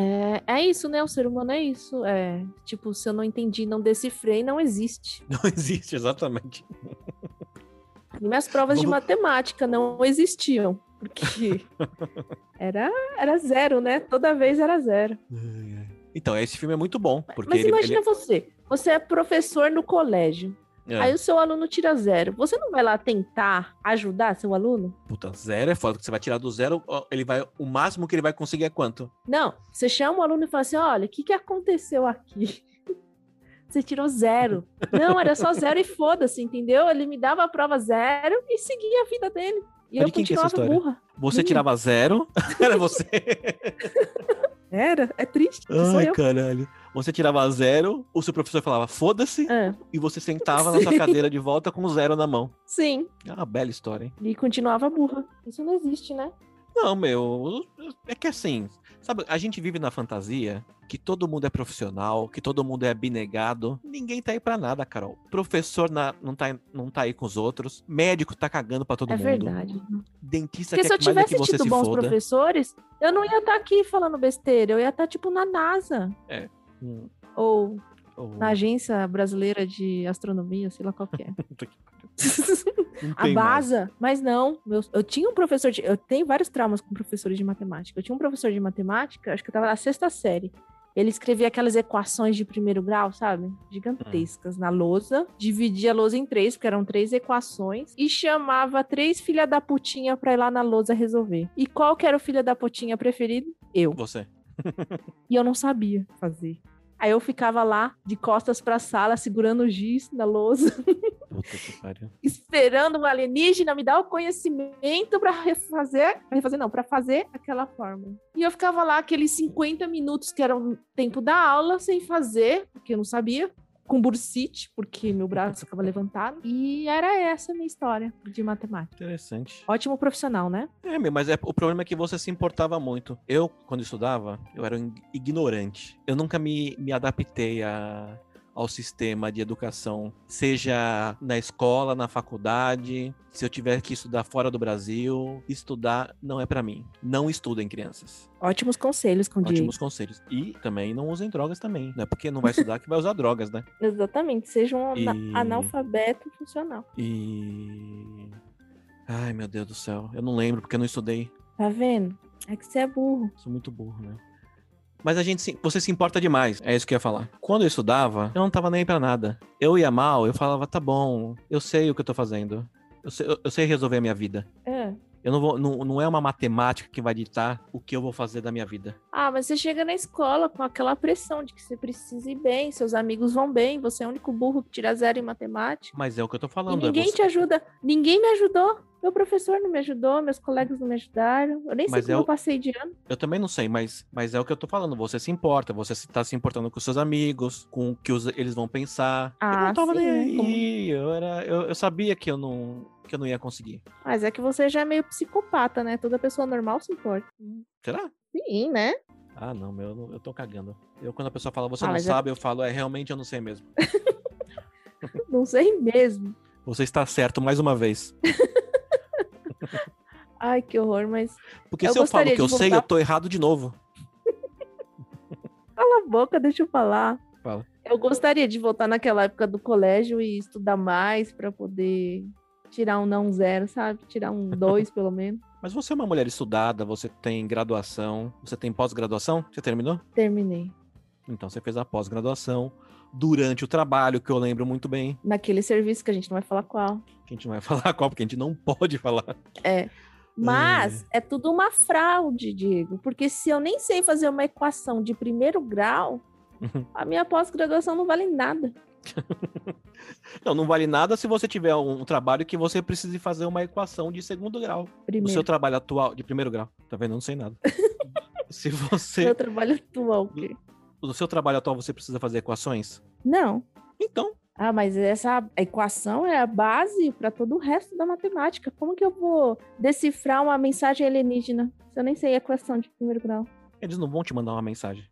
É, é isso, né? O ser humano é isso. É, tipo, se eu não entendi, não decifrei, não existe. Não existe, exatamente. E minhas provas de Vamos- matemática não existiam, porque era, era zero, né? Toda vez era zero. Ai, ai. Então, esse filme é muito bom, porque Mas ele, imagina ele- você, Você é professor no colégio. É. Aí o seu aluno tira zero. Você não vai lá tentar ajudar seu aluno? Puta, zero é foda, porque você vai tirar do zero, ó, ele vai, o máximo que ele vai conseguir é quanto? Não. Você chama o aluno e fala assim: olha, o que, que aconteceu aqui? Você tirou zero. Não, era só zero e foda-se, entendeu? Ele me dava a prova zero e seguia a vida dele. E Mas eu de quem que é essa continuava história? burra. Você Minha. tirava zero, era você. Era? É triste. sou Ai, eu. caralho. Você tirava zero, o seu professor falava foda-se, Ah, e você sentava na sua Sim. cadeira de volta com zero na mão. sim. É uma bela história, hein? E continuava burra. Isso não existe, né? Não, meu, é que assim, sabe, a gente vive na fantasia que todo mundo é profissional, que todo mundo é abnegado. Ninguém tá aí pra nada, Carol. Professor na- não, tá, não tá aí com os outros, médico tá cagando pra todo é mundo. verdade. Dentista Porque quer se eu que mais é que tivesse você tido se bons foda. professores, eu não ia estar aqui falando besteira. Eu ia estar, tipo, na NASA. Hum, oh, Ou ou- na Agência Brasileira de Astronomia, sei lá qual que é. Puta que pariu. Não A tem mais. BASA. Mas não. meu- eu tinha um professor de... Eu tenho vários traumas com professores de matemática. Eu tinha um professor de matemática, acho que eu tava na sexta série. Ele escrevia aquelas equações de primeiro grau, sabe? Gigantescas na lousa. Dividia a lousa em três, porque eram três equações. E chamava três filha da putinha pra ir lá na lousa resolver. E qual que era o filha da putinha preferido? Eu. Você. E eu não sabia fazer. Aí eu ficava lá, de costas pra sala, segurando o giz na lousa Puta que pariu. esperando um alienígena me dar o conhecimento para refazer, pra refazer não, para fazer aquela fórmula. E eu ficava lá aqueles 50 minutos que era o tempo da aula sem fazer, porque eu não sabia, com bursite, porque meu braço ficava levantado. E era essa a minha história de matemática. Interessante. Ótimo profissional, né? É, meu, mas é, o problema é que você se importava muito. Eu, quando estudava, eu era um ignorante. Eu nunca me, me adaptei a- ao sistema de educação, seja na escola, na faculdade, se eu tiver que estudar fora do Brasil, estudar não é pra mim. Não estudem, crianças. Ótimos conselhos com o Diego. Ótimos conselhos. E também não usem drogas também, né? Porque não vai estudar que vai usar drogas, né? Exatamente, seja um ana- E- analfabeto funcional. E. Ai, meu Deus do céu. Eu não lembro porque eu não estudei. Tá vendo? É que você é burro. Sou muito burro, né? Mas a gente se- você se importa demais. É isso que eu ia falar. Quando eu estudava, eu não tava nem aí pra nada. Eu ia mal, eu falava, tá bom, eu sei o que eu tô fazendo. Eu sei, eu- eu sei resolver a minha vida. É. Eu não vou. Não, não é uma matemática que vai ditar o que eu vou fazer da minha vida. Ah, mas você chega na escola com aquela pressão de que você precisa ir bem, seus amigos vão bem, você é o único burro que tira zero em matemática. Mas é o que eu tô e falando. é ninguém você- te ajuda. Ninguém me ajudou. Meu professor não me ajudou, meus colegas não me ajudaram. Eu nem Mas sei é como o- eu passei de ano. Eu também não sei, mas, mas é o que eu tô falando. Você se importa, você se- tá se importando com seus amigos, com o que os- eles vão pensar. eu Ah, não tava sim, nem né? aí. Como- Eu, era, eu, eu sabia que eu não, que eu não ia conseguir. Mas é que você já é meio psicopata, né? Toda pessoa normal se importa. Hum. Será? Sim, né? Ah, não, meu, eu, não- eu tô cagando. Eu, quando a pessoa fala, você Ah, não mas é- sabe, eu falo, é, realmente eu não sei mesmo. Não sei mesmo. Você está certo mais uma vez. Ai, que horror, mas Porque Eu se eu falo gostaria que eu de sei, eu voltar- tô errado de novo. cala a boca, deixa eu falar. Fala. Eu gostaria de voltar naquela época do colégio e estudar mais pra poder tirar um não zero, sabe? Tirar um dois, pelo menos. Mas você é uma mulher estudada, você tem graduação, você tem pós-graduação? Você terminou? Terminei. Então você fez a pós-graduação durante o trabalho, que eu lembro muito bem. Naquele serviço que a gente não vai falar qual. A gente não vai falar qual, porque a gente não pode falar. Mas é tudo uma fraude, Diego. Porque se eu nem sei fazer uma equação de primeiro grau, a minha pós-graduação não vale nada. Não, não vale nada se você tiver um trabalho que você precise fazer uma equação de segundo grau. O seu Primeiro, trabalho atual, de primeiro grau. Tá vendo? Eu não sei nada. se você. meu trabalho atual. o quê? no seu trabalho atual você precisa fazer equações? Não. Então, Ah, mas essa equação é a base para todo o resto da matemática. Como que eu vou decifrar uma mensagem alienígena se eu nem sei a equação de primeiro grau? eles não vão te mandar uma mensagem.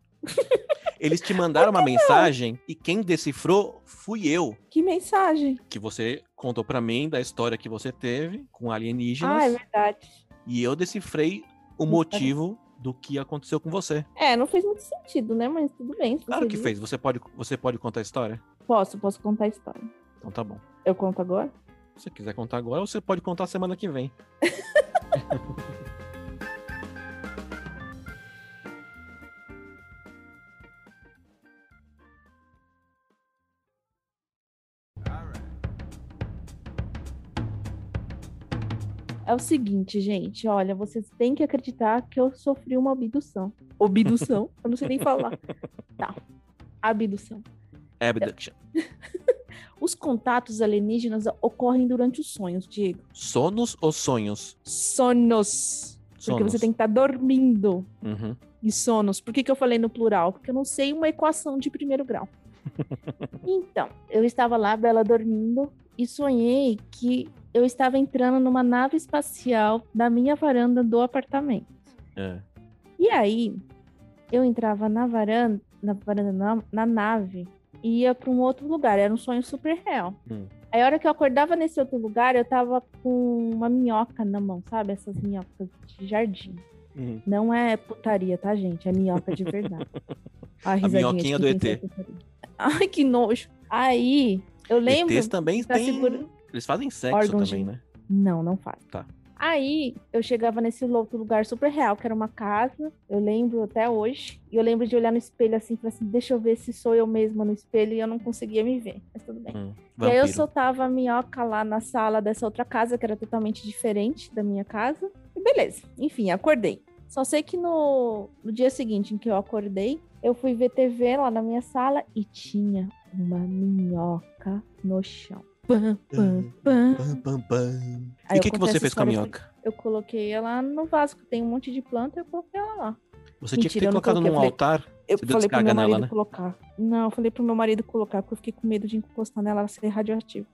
Eles te mandaram uma mensagem e quem decifrou fui eu, Que mensagem? que você contou pra mim da história que você teve com Ah, é alienígenas verdade. e eu decifrei o motivo do que aconteceu com você. É, não fez muito sentido, né? Mas tudo bem. se Claro você que diz. fez. Você pode, você pode contar a história? Posso, posso contar a história. Então tá bom. Eu conto agora? Se você quiser contar agora, você pode contar semana que vem. É o seguinte, gente, olha, vocês têm que acreditar que eu sofri uma abdução. Obdução? eu não sei nem falar. Tá. Abdução. Abduction. Os contatos alienígenas ocorrem durante os sonhos, Diego. Sonos ou sonhos? Sonos. Porque Sonos. você tem que estar dormindo. Uhum. e sonos. Por que, que eu falei no plural? Porque eu não sei uma equação de primeiro grau. então, eu estava lá, Bela, dormindo, e sonhei que eu estava entrando numa nave espacial da minha varanda do apartamento. É. E aí, eu entrava na varanda, na varanda não, na nave, e ia para um outro lugar. Era um sonho super real. Hum. Aí, a hora que eu acordava nesse outro lugar, eu tava com uma minhoca na mão, sabe? Essas minhocas de jardim. Uhum. Não é putaria, tá, gente? É minhoca de verdade. A, minhoquinha do ET. Ai, que nojo. Aí, eu lembro. ETs também tá tem... segura- Eles fazem sexo Órgãos também, de- né? Não, não faz. Tá. Aí, eu chegava nesse outro lugar super real, que era uma casa. Eu lembro até hoje. E eu lembro de olhar no espelho assim, falar assim: deixa eu ver se sou eu mesma no espelho. E eu não conseguia me ver, mas tudo bem. Hum. E aí eu Vampiro. soltava a minhoca lá na sala dessa outra casa, que era totalmente diferente da minha casa. E beleza. Enfim, acordei. Só sei que no, no dia seguinte em que eu acordei, eu fui ver TV lá na minha sala e tinha uma minhoca no chão. Pam, pam, pam. Pam, pam, pam. Aí Hum. E eu assim. o que, que contei você essa fez com a história, minhoca? Eu coloquei ela no Vasco. Tem um monte de planta, eu coloquei ela lá. Você tinha que Mentira, ter eu não colocado coloquei, num eu altar. Eu Você deu falei pro meu descarga nela, marido né? colocar. Não, eu falei pro meu marido colocar, porque eu fiquei com medo de encostar nela, ela ser radioativa.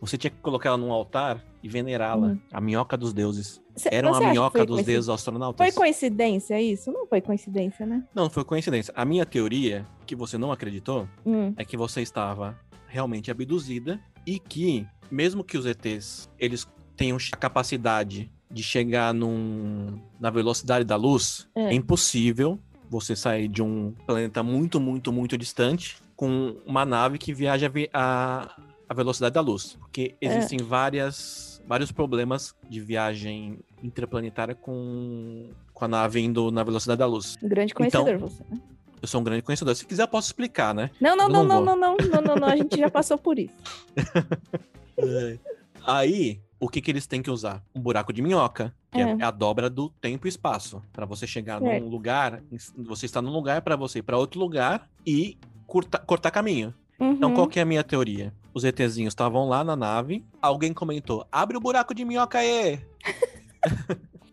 Você tinha que colocar ela num altar e venerá-la. Hum. A minhoca dos deuses. Cê- Era uma você acha que minhoca foi dos coincidência? deuses astronautas. Foi coincidência isso? Não foi coincidência, né? Não, foi coincidência. A minha teoria, que você não acreditou, Hum. é que você estava realmente abduzida e que, mesmo que os ETs eles tenham a capacidade de chegar num, na velocidade da luz, É. é. impossível você sair de um planeta muito, muito, muito distante com uma nave que viaja vi- a, a velocidade da luz. Porque É. existem várias, vários problemas de viagem interplanetária com, com a nave indo na velocidade da luz. Um grande Então- conhecedor você. né? Eu sou um grande conhecedor. Se quiser, eu posso explicar, né? Não, não, eu não, não vou. não, não, não, não, não, não, a gente já passou por isso. É. Aí, o que, que eles têm que usar? Um buraco de minhoca, que é, É. a dobra do tempo e espaço. Pra você chegar num Certo. lugar, você está num lugar pra você ir pra outro lugar e curta- cortar caminho. Então, Uhum. qual que é a minha teoria? Os ETzinhos estavam lá na nave, alguém comentou: abre o buraco de minhoca aí!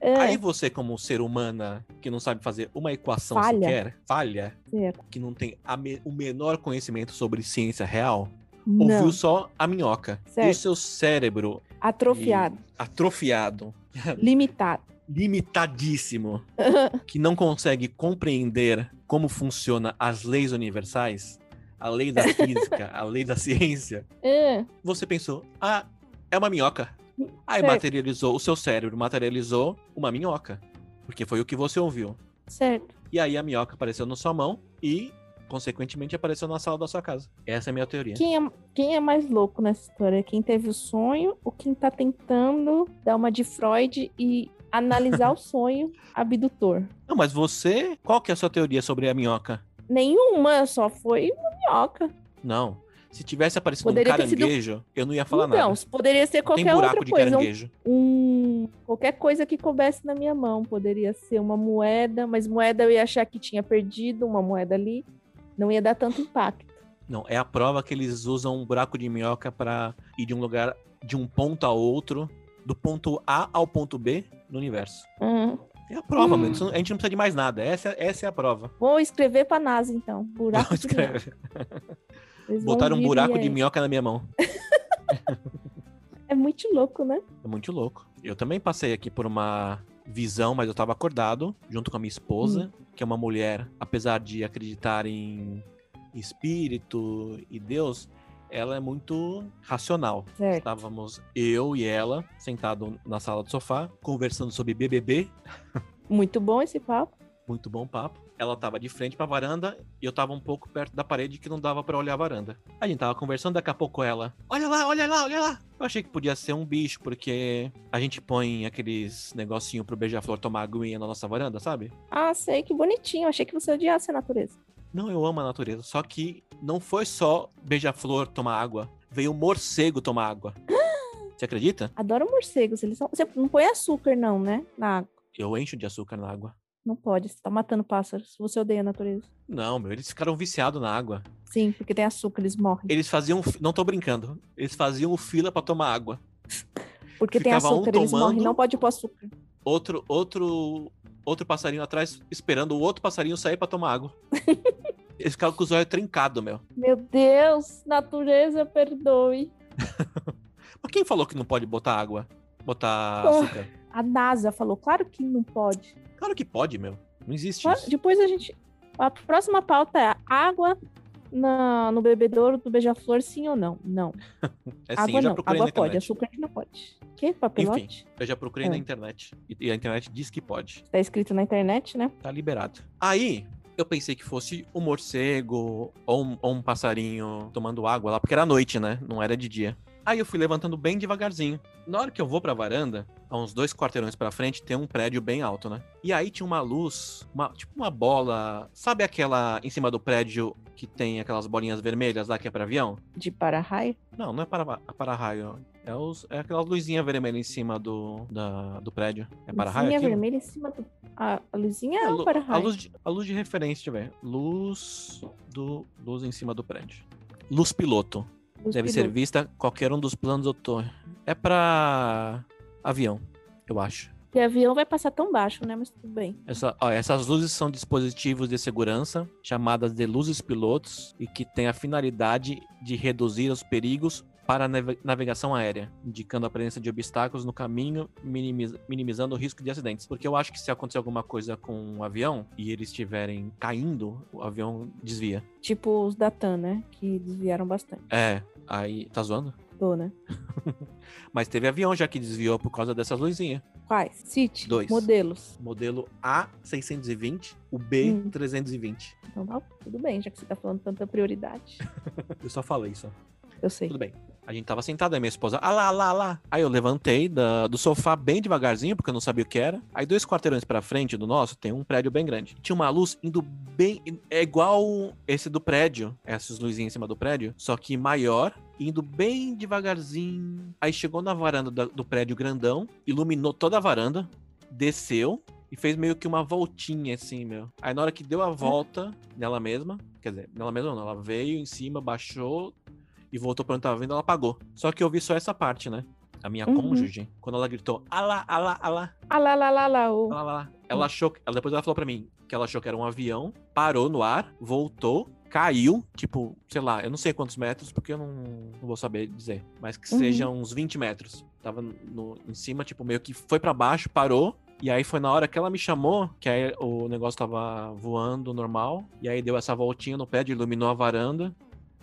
É, Aí você, como ser humana que não sabe fazer uma equação Falha. sequer, falha, certo. que não tem a me- o menor conhecimento sobre ciência real, Não, ouviu só a minhoca. E o Certo. seu cérebro atrofiado, atrofiado, limitado. limitadíssimo, que não consegue compreender como funciona as leis universais, a lei da física, a lei da ciência, É, você pensou, ah, é uma minhoca. Aí Certo. materializou, o seu cérebro materializou uma minhoca, porque foi o que você ouviu. certo. E aí a minhoca apareceu na sua mão e, consequentemente, apareceu na sala da sua casa. Essa é a minha teoria. Quem é, quem é mais louco nessa história? Quem teve o sonho ou quem tá tentando dar uma de Freud e analisar o sonho abdutor? Não, mas você, qual que é a sua teoria sobre a minhoca? Nenhuma, só foi uma minhoca. Não. Se tivesse aparecido Poderia um ter sido- caranguejo, eu não ia falar então, nada. poderia ser Tem qualquer buraco outra de coisa. um caranguejo. um qualquer coisa que coubesse na minha mão. Poderia ser uma moeda, mas moeda eu ia achar que tinha perdido uma moeda ali, não ia dar tanto impacto. Não, é a prova que eles usam um buraco de minhoca pra ir de um lugar, de um ponto a outro, do ponto A ao ponto B no universo. Hum. É a prova, Hum. mano. Isso não- A gente não precisa de mais nada. Essa, essa é a prova. Vou escrever pra NASA então, buraco de minhoca. Escreve. Eles vão Botaram um vir e buraco de é- minhoca na minha mão. É muito louco, né? É muito louco. Eu também passei aqui por uma visão, mas eu tava acordado, junto com a minha esposa, Hum. que é uma mulher, apesar de acreditar em espírito e Deus, ela é muito racional. Certo. Estávamos eu e ela sentado na sala do sofá, conversando sobre BBB, Muito bom esse papo. muito bom papo. Ela tava de frente pra varanda e eu tava um pouco perto da parede que não dava pra olhar a varanda. A gente tava conversando, daqui a pouco ela. Olha lá, olha lá, olha lá. Eu achei que podia ser um bicho, porque a gente põe aqueles negocinho pro beija-flor tomar aguinha na nossa varanda, sabe? Ah, sei que bonitinho. Achei que você odiasse a natureza. Não, eu amo a natureza. Só que não foi só beija-flor tomar água. Veio um morcego tomar água. Você acredita? Adoro morcegos. Eles são... Você não põe açúcar, não, né? Na água. Eu encho de açúcar na água. Não pode. Você tá matando pássaros. Você odeia a natureza. Não, meu, eles ficaram viciados na água. Sim, porque tem açúcar, eles morrem. Eles faziam. fi- Não tô brincando. Eles faziam fila pra tomar água. Porque tem ficava um açúcar, eles morrem. tomando- Não pode pôr açúcar. Outro, outro, outro passarinho atrás esperando o outro passarinho sair pra tomar água. eles ficavam com os olhos trincados, meu. Meu Deus, natureza, perdoe. Mas quem falou que não pode botar água? Botar Ah. açúcar? A NASA falou, claro que não pode. Claro que pode, meu. Não existe Claro, isso. depois a gente. A próxima pauta é água na- no bebedouro do beija-flor, sim ou não? Não. É sim, água eu já não. procurei na Água pode, internet. açúcar que não pode. Que? Papelote? Eu já procurei É. na internet. E e a internet diz que pode. Tá escrito na internet, né? Tá liberado. Aí, eu pensei que fosse um morcego ou um, ou um passarinho tomando água lá, porque era noite, né? Não era de dia. Aí eu fui levantando bem devagarzinho. Na hora que eu vou pra varanda, a uns dois quarteirões pra frente, tem um prédio bem alto, né? E aí tinha uma luz, uma- tipo uma bola. Sabe aquela em cima do prédio que tem aquelas bolinhas vermelhas lá que é pra avião? De para-raio. Não, não é para, para raio. É, os, é aquela luzinha vermelha em cima do, da- do prédio. É para raio? Luzinha aquilo? vermelha em cima do. A a luzinha é a, um lu- a, para-raio. luz de, a luz de referência, deixa eu ver. Luz do luz em cima do prédio. Luz piloto. Luz Deve ser piloto. vista qualquer um dos planos da torre. É pra avião, eu acho. Porque avião vai passar tão baixo, né? Mas tudo bem. Essa- ó, essas luzes são dispositivos de segurança chamadas de luzes pilotos e que têm a finalidade de reduzir os perigos para a nave- navegação aérea, indicando a presença de obstáculos no caminho, minimiz- minimizando o risco de acidentes. Porque eu acho que se acontecer alguma coisa com um avião e eles estiverem caindo, o avião desvia. Tipo os da TAM, né? Que desviaram bastante. É, aí tá zoando? Tô, né? Mas teve avião já que desviou por causa dessas luzinhas. Quais? City? Dois. Modelos. Modelo A620, o B320. Então tá, tudo bem, já que você tá falando tanta prioridade. Eu só falei isso. Eu sei. Tudo bem. A gente tava sentado, aí minha esposa, ah lá, ah lá, ah lá. Aí eu levantei da- do sofá bem devagarzinho, porque eu não sabia o que era. Aí dois quarteirões pra frente do nosso tem um prédio bem grande. Tinha uma luz indo bem. É igual esse do prédio, essas luzinhas em cima do prédio, só que maior, indo bem devagarzinho. Aí chegou na varanda da- do prédio grandão, iluminou toda a varanda, desceu. E fez meio que uma voltinha, assim, meu. Aí na hora que deu a volta nela mesma, quer dizer, nela mesma não, ela veio em cima, baixou, e voltou pra onde tava vindo, ela apagou. Só que eu vi só essa parte, né? A minha Uhum. cônjuge, quando ela gritou, alá, alá, alá, Ah lá, lá, lá, lá. ô. alá, alá, ela achou, que- ela, depois ela falou pra mim que ela achou que era um avião, parou no ar, voltou, caiu, tipo, sei lá, eu não sei quantos metros, porque eu não, não vou saber dizer, mas que Uhum. seja uns 20 metros. Tava no, em cima, tipo, meio que foi pra baixo, parou, e aí foi na hora que ela me chamou, que aí o negócio tava voando normal, e aí deu essa voltinha no prédio, iluminou a varanda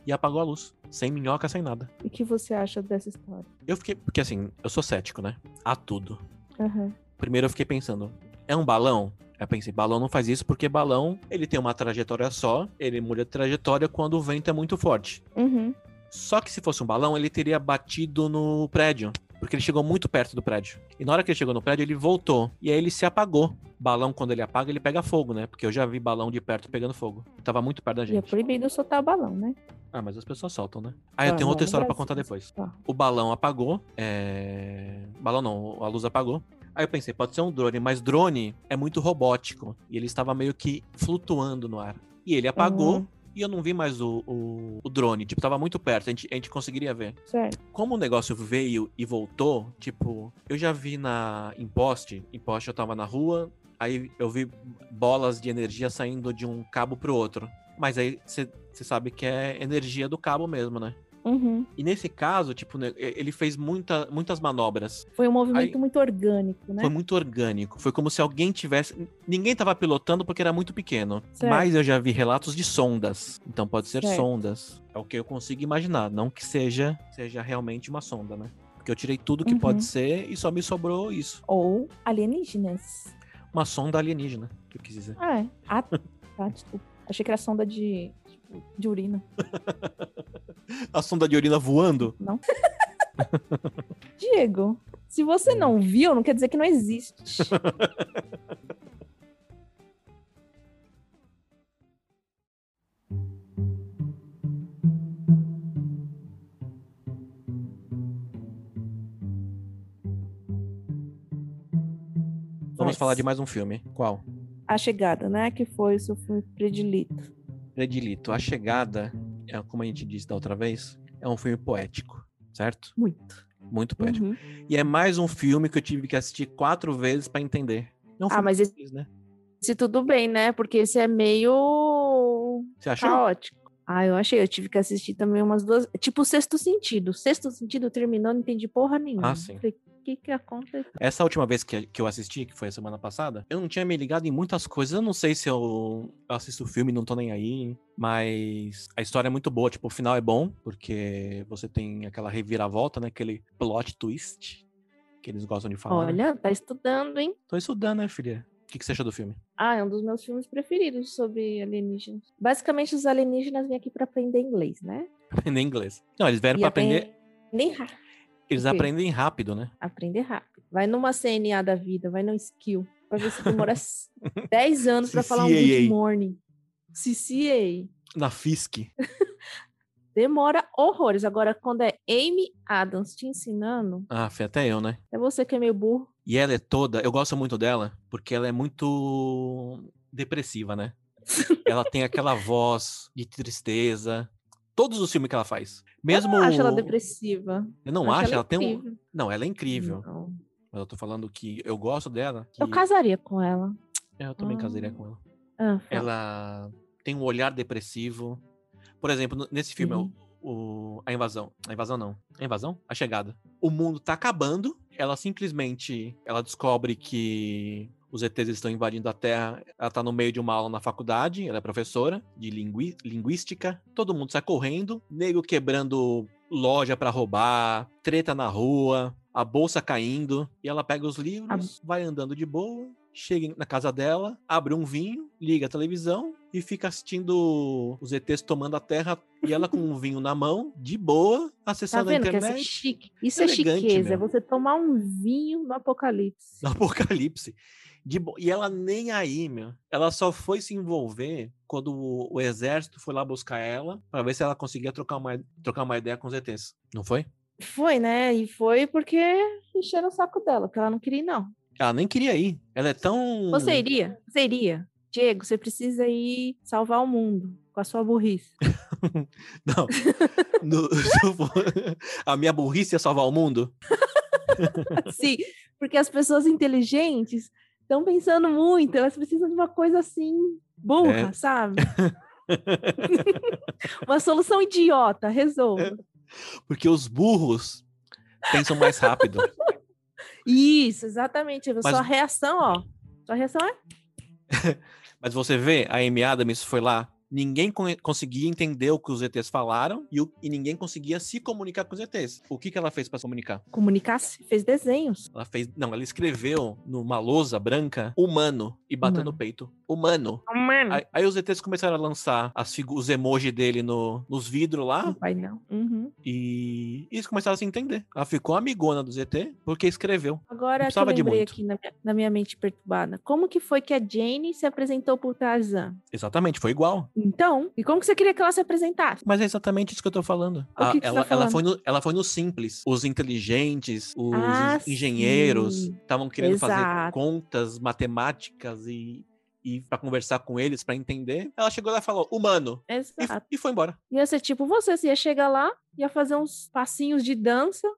e apagou a luz. Sem minhoca, sem nada. E o que você acha dessa história? Eu fiquei. Porque assim, eu sou cético, né? A tudo. Aham. Primeiro eu fiquei pensando, é um balão? Eu pensei, balão não faz isso porque balão, ele tem uma trajetória só, ele muda de trajetória quando o vento é muito forte. Uhum. Só que se fosse um balão, ele teria batido no prédio, porque ele chegou muito perto do prédio. E na hora que ele chegou no prédio, ele voltou, e aí ele se apagou. Balão, quando ele apaga, ele pega fogo, né? Porque eu já vi balão de perto pegando fogo. Tava muito perto da E é gente. proibido soltar balão, né? Ah, mas as pessoas soltam, né? Ah, eu Ah, tenho não, outra no história pra Brasil, contar depois. tá. O balão apagou. É... Balão não, a luz apagou. Aí eu pensei, pode ser um drone, mas drone é muito robótico. E ele estava meio que flutuando no ar. E ele apagou Uhum. e eu não vi mais o, o, o drone. Tipo, tava muito perto, a gente, a gente conseguiria ver. Certo. Como o negócio veio e voltou, tipo, eu já vi na em poste, em poste eu tava na rua, aí eu vi bolas de energia saindo de um cabo pro outro. Mas aí você sabe que é energia do cabo mesmo, né? Uhum. E nesse caso, tipo, né, e- ele fez muita, muitas manobras. Foi um movimento Aí- muito orgânico, né? Foi muito orgânico. Foi como se alguém tivesse. n- Ninguém tava pilotando porque era muito pequeno. Certo. Mas eu já vi relatos de sondas. Então pode ser Certo. sondas. É o que eu consigo imaginar. Não que seja, seja realmente uma sonda, né? Porque eu tirei tudo que Uhum. pode ser e só me sobrou isso. Ou alienígenas. Uma sonda alienígena, que eu quis dizer. Ah, é. Ah, tá, desculpa. Achei que era sonda de, tipo, de urina. A sonda de urina voando? Diego, se Hum. você não viu, não quer dizer que não existe. Vamos falar de mais um filme. Qual? A Chegada, né? Que foi o seu filme predilito. Predilito. A Chegada, é, como a gente disse da outra vez, é um filme poético, certo? Muito. Muito poético. Uhum. E é mais um filme que eu tive que assistir quatro vezes pra entender. É um filme Ah, mas esse- simples, né? Se tudo bem, né? Porque esse é meio Você achou? caótico. Ah, eu achei. Eu tive que assistir também umas duas. Tipo o sexto sentido. O sexto sentido terminou, não entendi porra nenhuma. Ah, sim. Tá. Falei, o que que aconteceu? Essa última vez que, que eu assisti, que foi a semana passada, eu não tinha me ligado em muitas coisas. Eu não sei se eu assisto filme, não tô nem aí. Mas a história é muito boa. Tipo, o final é bom, porque você tem aquela reviravolta, né? Aquele plot twist que eles gostam de falar. né? Olha, tá estudando, hein? Tô estudando, né, filha? O que, que você achou do filme? Ah, é um dos meus filmes preferidos sobre alienígenas. Basicamente, os alienígenas vêm aqui pra aprender inglês, né? Aprender inglês. Não, eles vieram E pra aprender. Nem rápido. Eles o quê? aprendem rápido, né? Aprender rápido. Vai numa CNA da vida, vai no skill. Pra ver se demora s- 10 anos pra falar um CCAA. good morning. CCA. Na FISC. Demora horrores. Agora, quando é Amy Adams te ensinando, Ah, foi até eu, né? é você que é meio burro. E ela é toda. Eu gosto muito dela, porque ela é muito depressiva, né? ela tem aquela voz de tristeza. Todos os filmes que ela faz. Eu Mesmo. não acho ela depressiva. Eu não acho, ela, tem um. incrível. Uhum. Não, ela é incrível. Não. Mas eu tô falando que eu gosto dela. Eu que- casaria com ela. É, eu também Ah. casaria com ela. Ah, fala. Ela tem um olhar depressivo. Por exemplo, no- nesse filme, Uhum. o, o- a invasão. A invasão não. A invasão? A chegada. O mundo tá acabando. Ela simplesmente ela descobre que os ETs estão invadindo a Terra. Ela tá no meio de uma aula na faculdade. Ela é professora de lingui- linguística. Todo mundo sai correndo. Nego quebrando loja pra roubar. Treta na rua. A bolsa caindo. E ela pega os livros, vai andando de boa chega em- na casa dela, abre um vinho, liga a televisão e fica assistindo os ETs tomando a terra e ela com um vinho na mão, de boa, Tá acessando a vendo que essa é internet. chique? Isso é elegante chiqueza, é mesmo. você tomar um vinho no apocalipse. No apocalipse. De bo- E ela nem aí, meu. Ela só foi se envolver quando o, o exército foi lá buscar ela pra ver se ela conseguia trocar uma, trocar uma ideia com os ETs. Não foi? Foi, né? E foi porque encheram o saco dela, que ela não queria ir, não. Ela nem queria ir. Ela é tão. Você iria? Você iria? Diego, você precisa ir salvar o mundo com a sua burrice. Não. No- se eu for- A minha burrice é salvar o mundo? Sim, porque as pessoas inteligentes estão pensando muito, elas precisam de uma coisa assim, burra, É. sabe? uma solução É. idiota, resolva. Porque os burros pensam mais rápido. Isso, exatamente. A Mas- Sua reação, ó. Sua reação é Mas você vê, a Amy Adams foi lá. Ninguém con- conseguia entender o que os ETs falaram e, o- e ninguém conseguia se comunicar com os ETs. O que, que ela fez para se comunicar? comunicar-se, fez desenhos. Ela fez. Não, ela escreveu numa lousa branca humano e bateu no Humano. Hum. peito. Humano. Mano. Aí, aí os ETs começaram a lançar as figu- os emojis dele no, nos vidros lá. No painel. Uhum. E eles começaram a se entender. Ela ficou amigona do ZT porque escreveu. Agora que eu precisava de lembrei muito. aqui na minha, na minha mente perturbada. Como que foi que a Jane se apresentou por Tarzan? Exatamente, foi igual. Então, e como que você queria que ela se apresentasse? Mas é exatamente isso que eu tô falando. O A- que que você ela, tá ela foi no, ela foi no simples. Os inteligentes, os Ah, en- engenheiros sim. estavam querendo fazer Exato. contas matemáticas e, e para conversar com eles, para entender. Ela chegou lá e falou, humano. E, Exato. e foi embora. Ia ser tipo você, você ia chegar lá, ia fazer uns passinhos de dança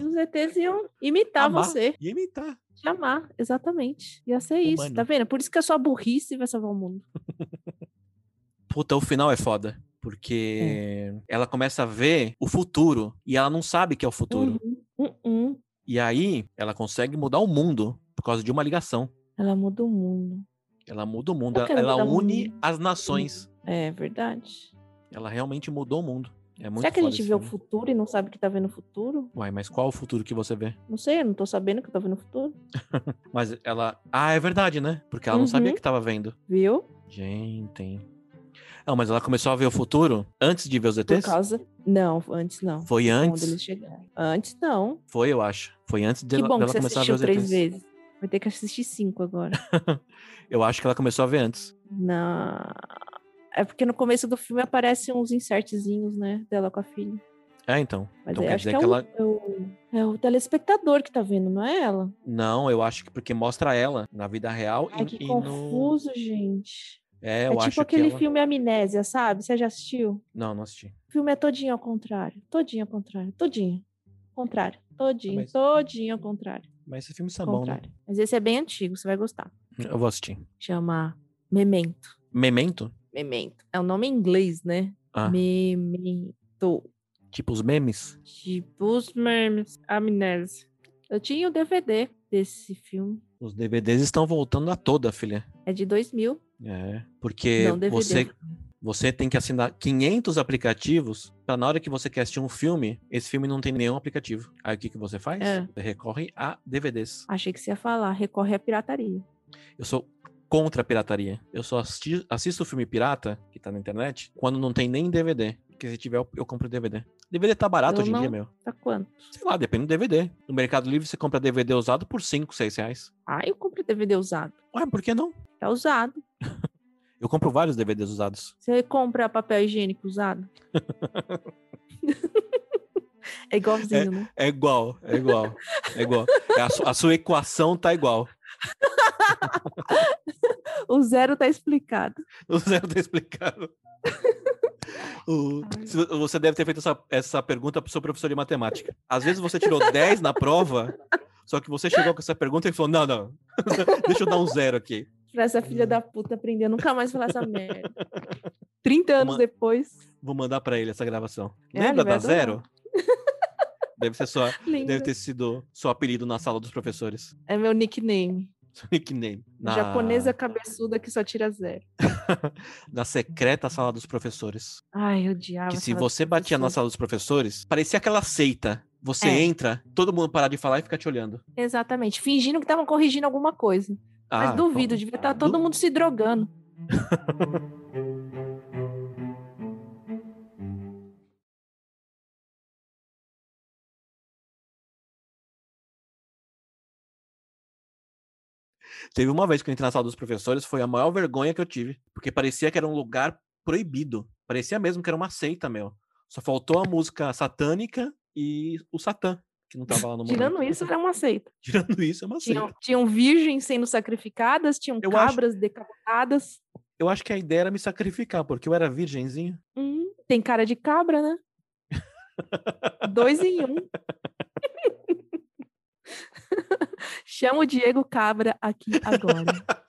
e os ETs iam imitar Amar. você. E imitar. Te amar, exatamente. Ia ser isso, Humano. tá vendo? Por isso que a sua burrice vai salvar o mundo. Puta, o final é foda. Porque É. ela começa a ver o futuro e ela não sabe que é o futuro. Uhum. Uhum. E aí ela consegue mudar o mundo por causa de uma ligação. Ela muda o mundo. Ela muda o mundo, Eu ela, quero ela mudar o une mundo. as nações. É verdade. Ela realmente mudou o mundo. É muito Será que a foda gente esse vê o filme. futuro e não sabe que tá vendo o futuro? Uai, mas qual o futuro que você vê? Não sei, eu não tô sabendo que eu tô vendo o futuro. Mas ela. Ah, é verdade, né? Porque ela não sabia Uhum. que tava vendo. Viu? Gente. hein? Não, mas ela começou a ver o futuro antes de ver os Por ETs? causa. Não, antes não. Foi Quando antes. eles chegaram. Antes não. Foi, eu acho. Foi antes de Que ela- bom que dela você começar a ver assistiu os três ETs. vezes. Vai ter que assistir cinco agora. Eu acho que ela começou a ver antes. Na... É porque no começo do filme aparecem uns insertzinhos, né? Dela com a filha. É, então. Mas então aí quer acho dizer que é, que o- ela. é o, é o telespectador que tá vendo, não é ela? Não, eu acho que porque mostra ela na vida real Ai, e, que e no. confuso, gente. É, eu é acho tipo aquele que. Ela... filme Amnésia, sabe? Você já assistiu? Não, não assisti. O filme é todinho ao contrário. Todinho ao contrário. Todinho. Contrário. Todinho. Mas- Todinho ao contrário. Mas esse filme está bom, né? contrário. Mas esse é bem antigo, você vai gostar. Eu vou assistir. Chama Memento. Memento? Memento. É o nome em inglês, né? Ah. Memento. Tipo os memes? Tipo os memes. Amnésia. Eu tinha o DVD desse filme. Os DVDs estão voltando a toda, filha. É de 2000. É. Porque Não, DVD. você, você tem que assinar 500 aplicativos para na hora que você quer assistir um filme, esse filme não tem nenhum aplicativo. Aí o que, que você faz? É. Você recorre a DVDs. Achei que você ia falar. Recorre à pirataria. Eu sou contra a pirataria. Eu só assisti, assisto filme pirata, que tá na internet, quando não tem nem DVD. Porque se tiver, eu, eu compro DVD. DVD tá barato Eu hoje em dia, não- meu. Tá quanto? Sei lá, depende do DVD. No Mercado Livre você compra DVD usado por 5, 6 reais. Ah, eu comprei DVD usado. Ué, por que não? É usado. Eu compro vários DVDs usados. Você compra papel higiênico usado? é igualzinho, né? É igual, é igual, é igual. É a, su- a sua equação tá igual. O zero tá explicado. O zero tá explicado. O- Ai. se vo- você deve ter feito essa, essa pergunta pro seu professor de matemática. Às vezes você tirou 10 na prova, só que você chegou com essa pergunta e falou: não, não, deixa eu dar um zero aqui. Pra essa Hum. filha da puta aprender, a nunca mais falar essa merda. 30 anos Uma- depois. Vou mandar pra ele essa gravação. É, Lembra ele vai da adorar. zero? Deve, ser sua, Linda. deve ter sido seu apelido na sala dos professores. É meu nickname. Seu nickname. Na, Japonesa cabeçuda que só tira zero. na secreta sala dos professores. Ai, eu odiava. que se essa- você batia na professor. sala dos professores, parecia aquela seita. Você É. entra, todo mundo parar de falar e fica te olhando. Exatamente. Fingindo que estavam corrigindo alguma coisa. Mas Ah, duvido, bom. devia estar todo Du- mundo se drogando. Teve uma vez que eu entrei na sala dos professores, foi a maior vergonha que eu tive. Porque parecia que era um lugar proibido. Parecia mesmo que era uma seita, meu. Só faltou a música satânica e o Satã, que não tava lá no momento. Tirando isso, era uma seita. Tirando isso, é uma seita. Tinham, tinham virgens sendo sacrificadas, tinham Eu acho- cabras decapitadas. Eu acho que a ideia era me sacrificar, porque eu era virgenzinho. Hum, tem cara de cabra, né? Dois em um. Chama o Diego Cabra aqui agora.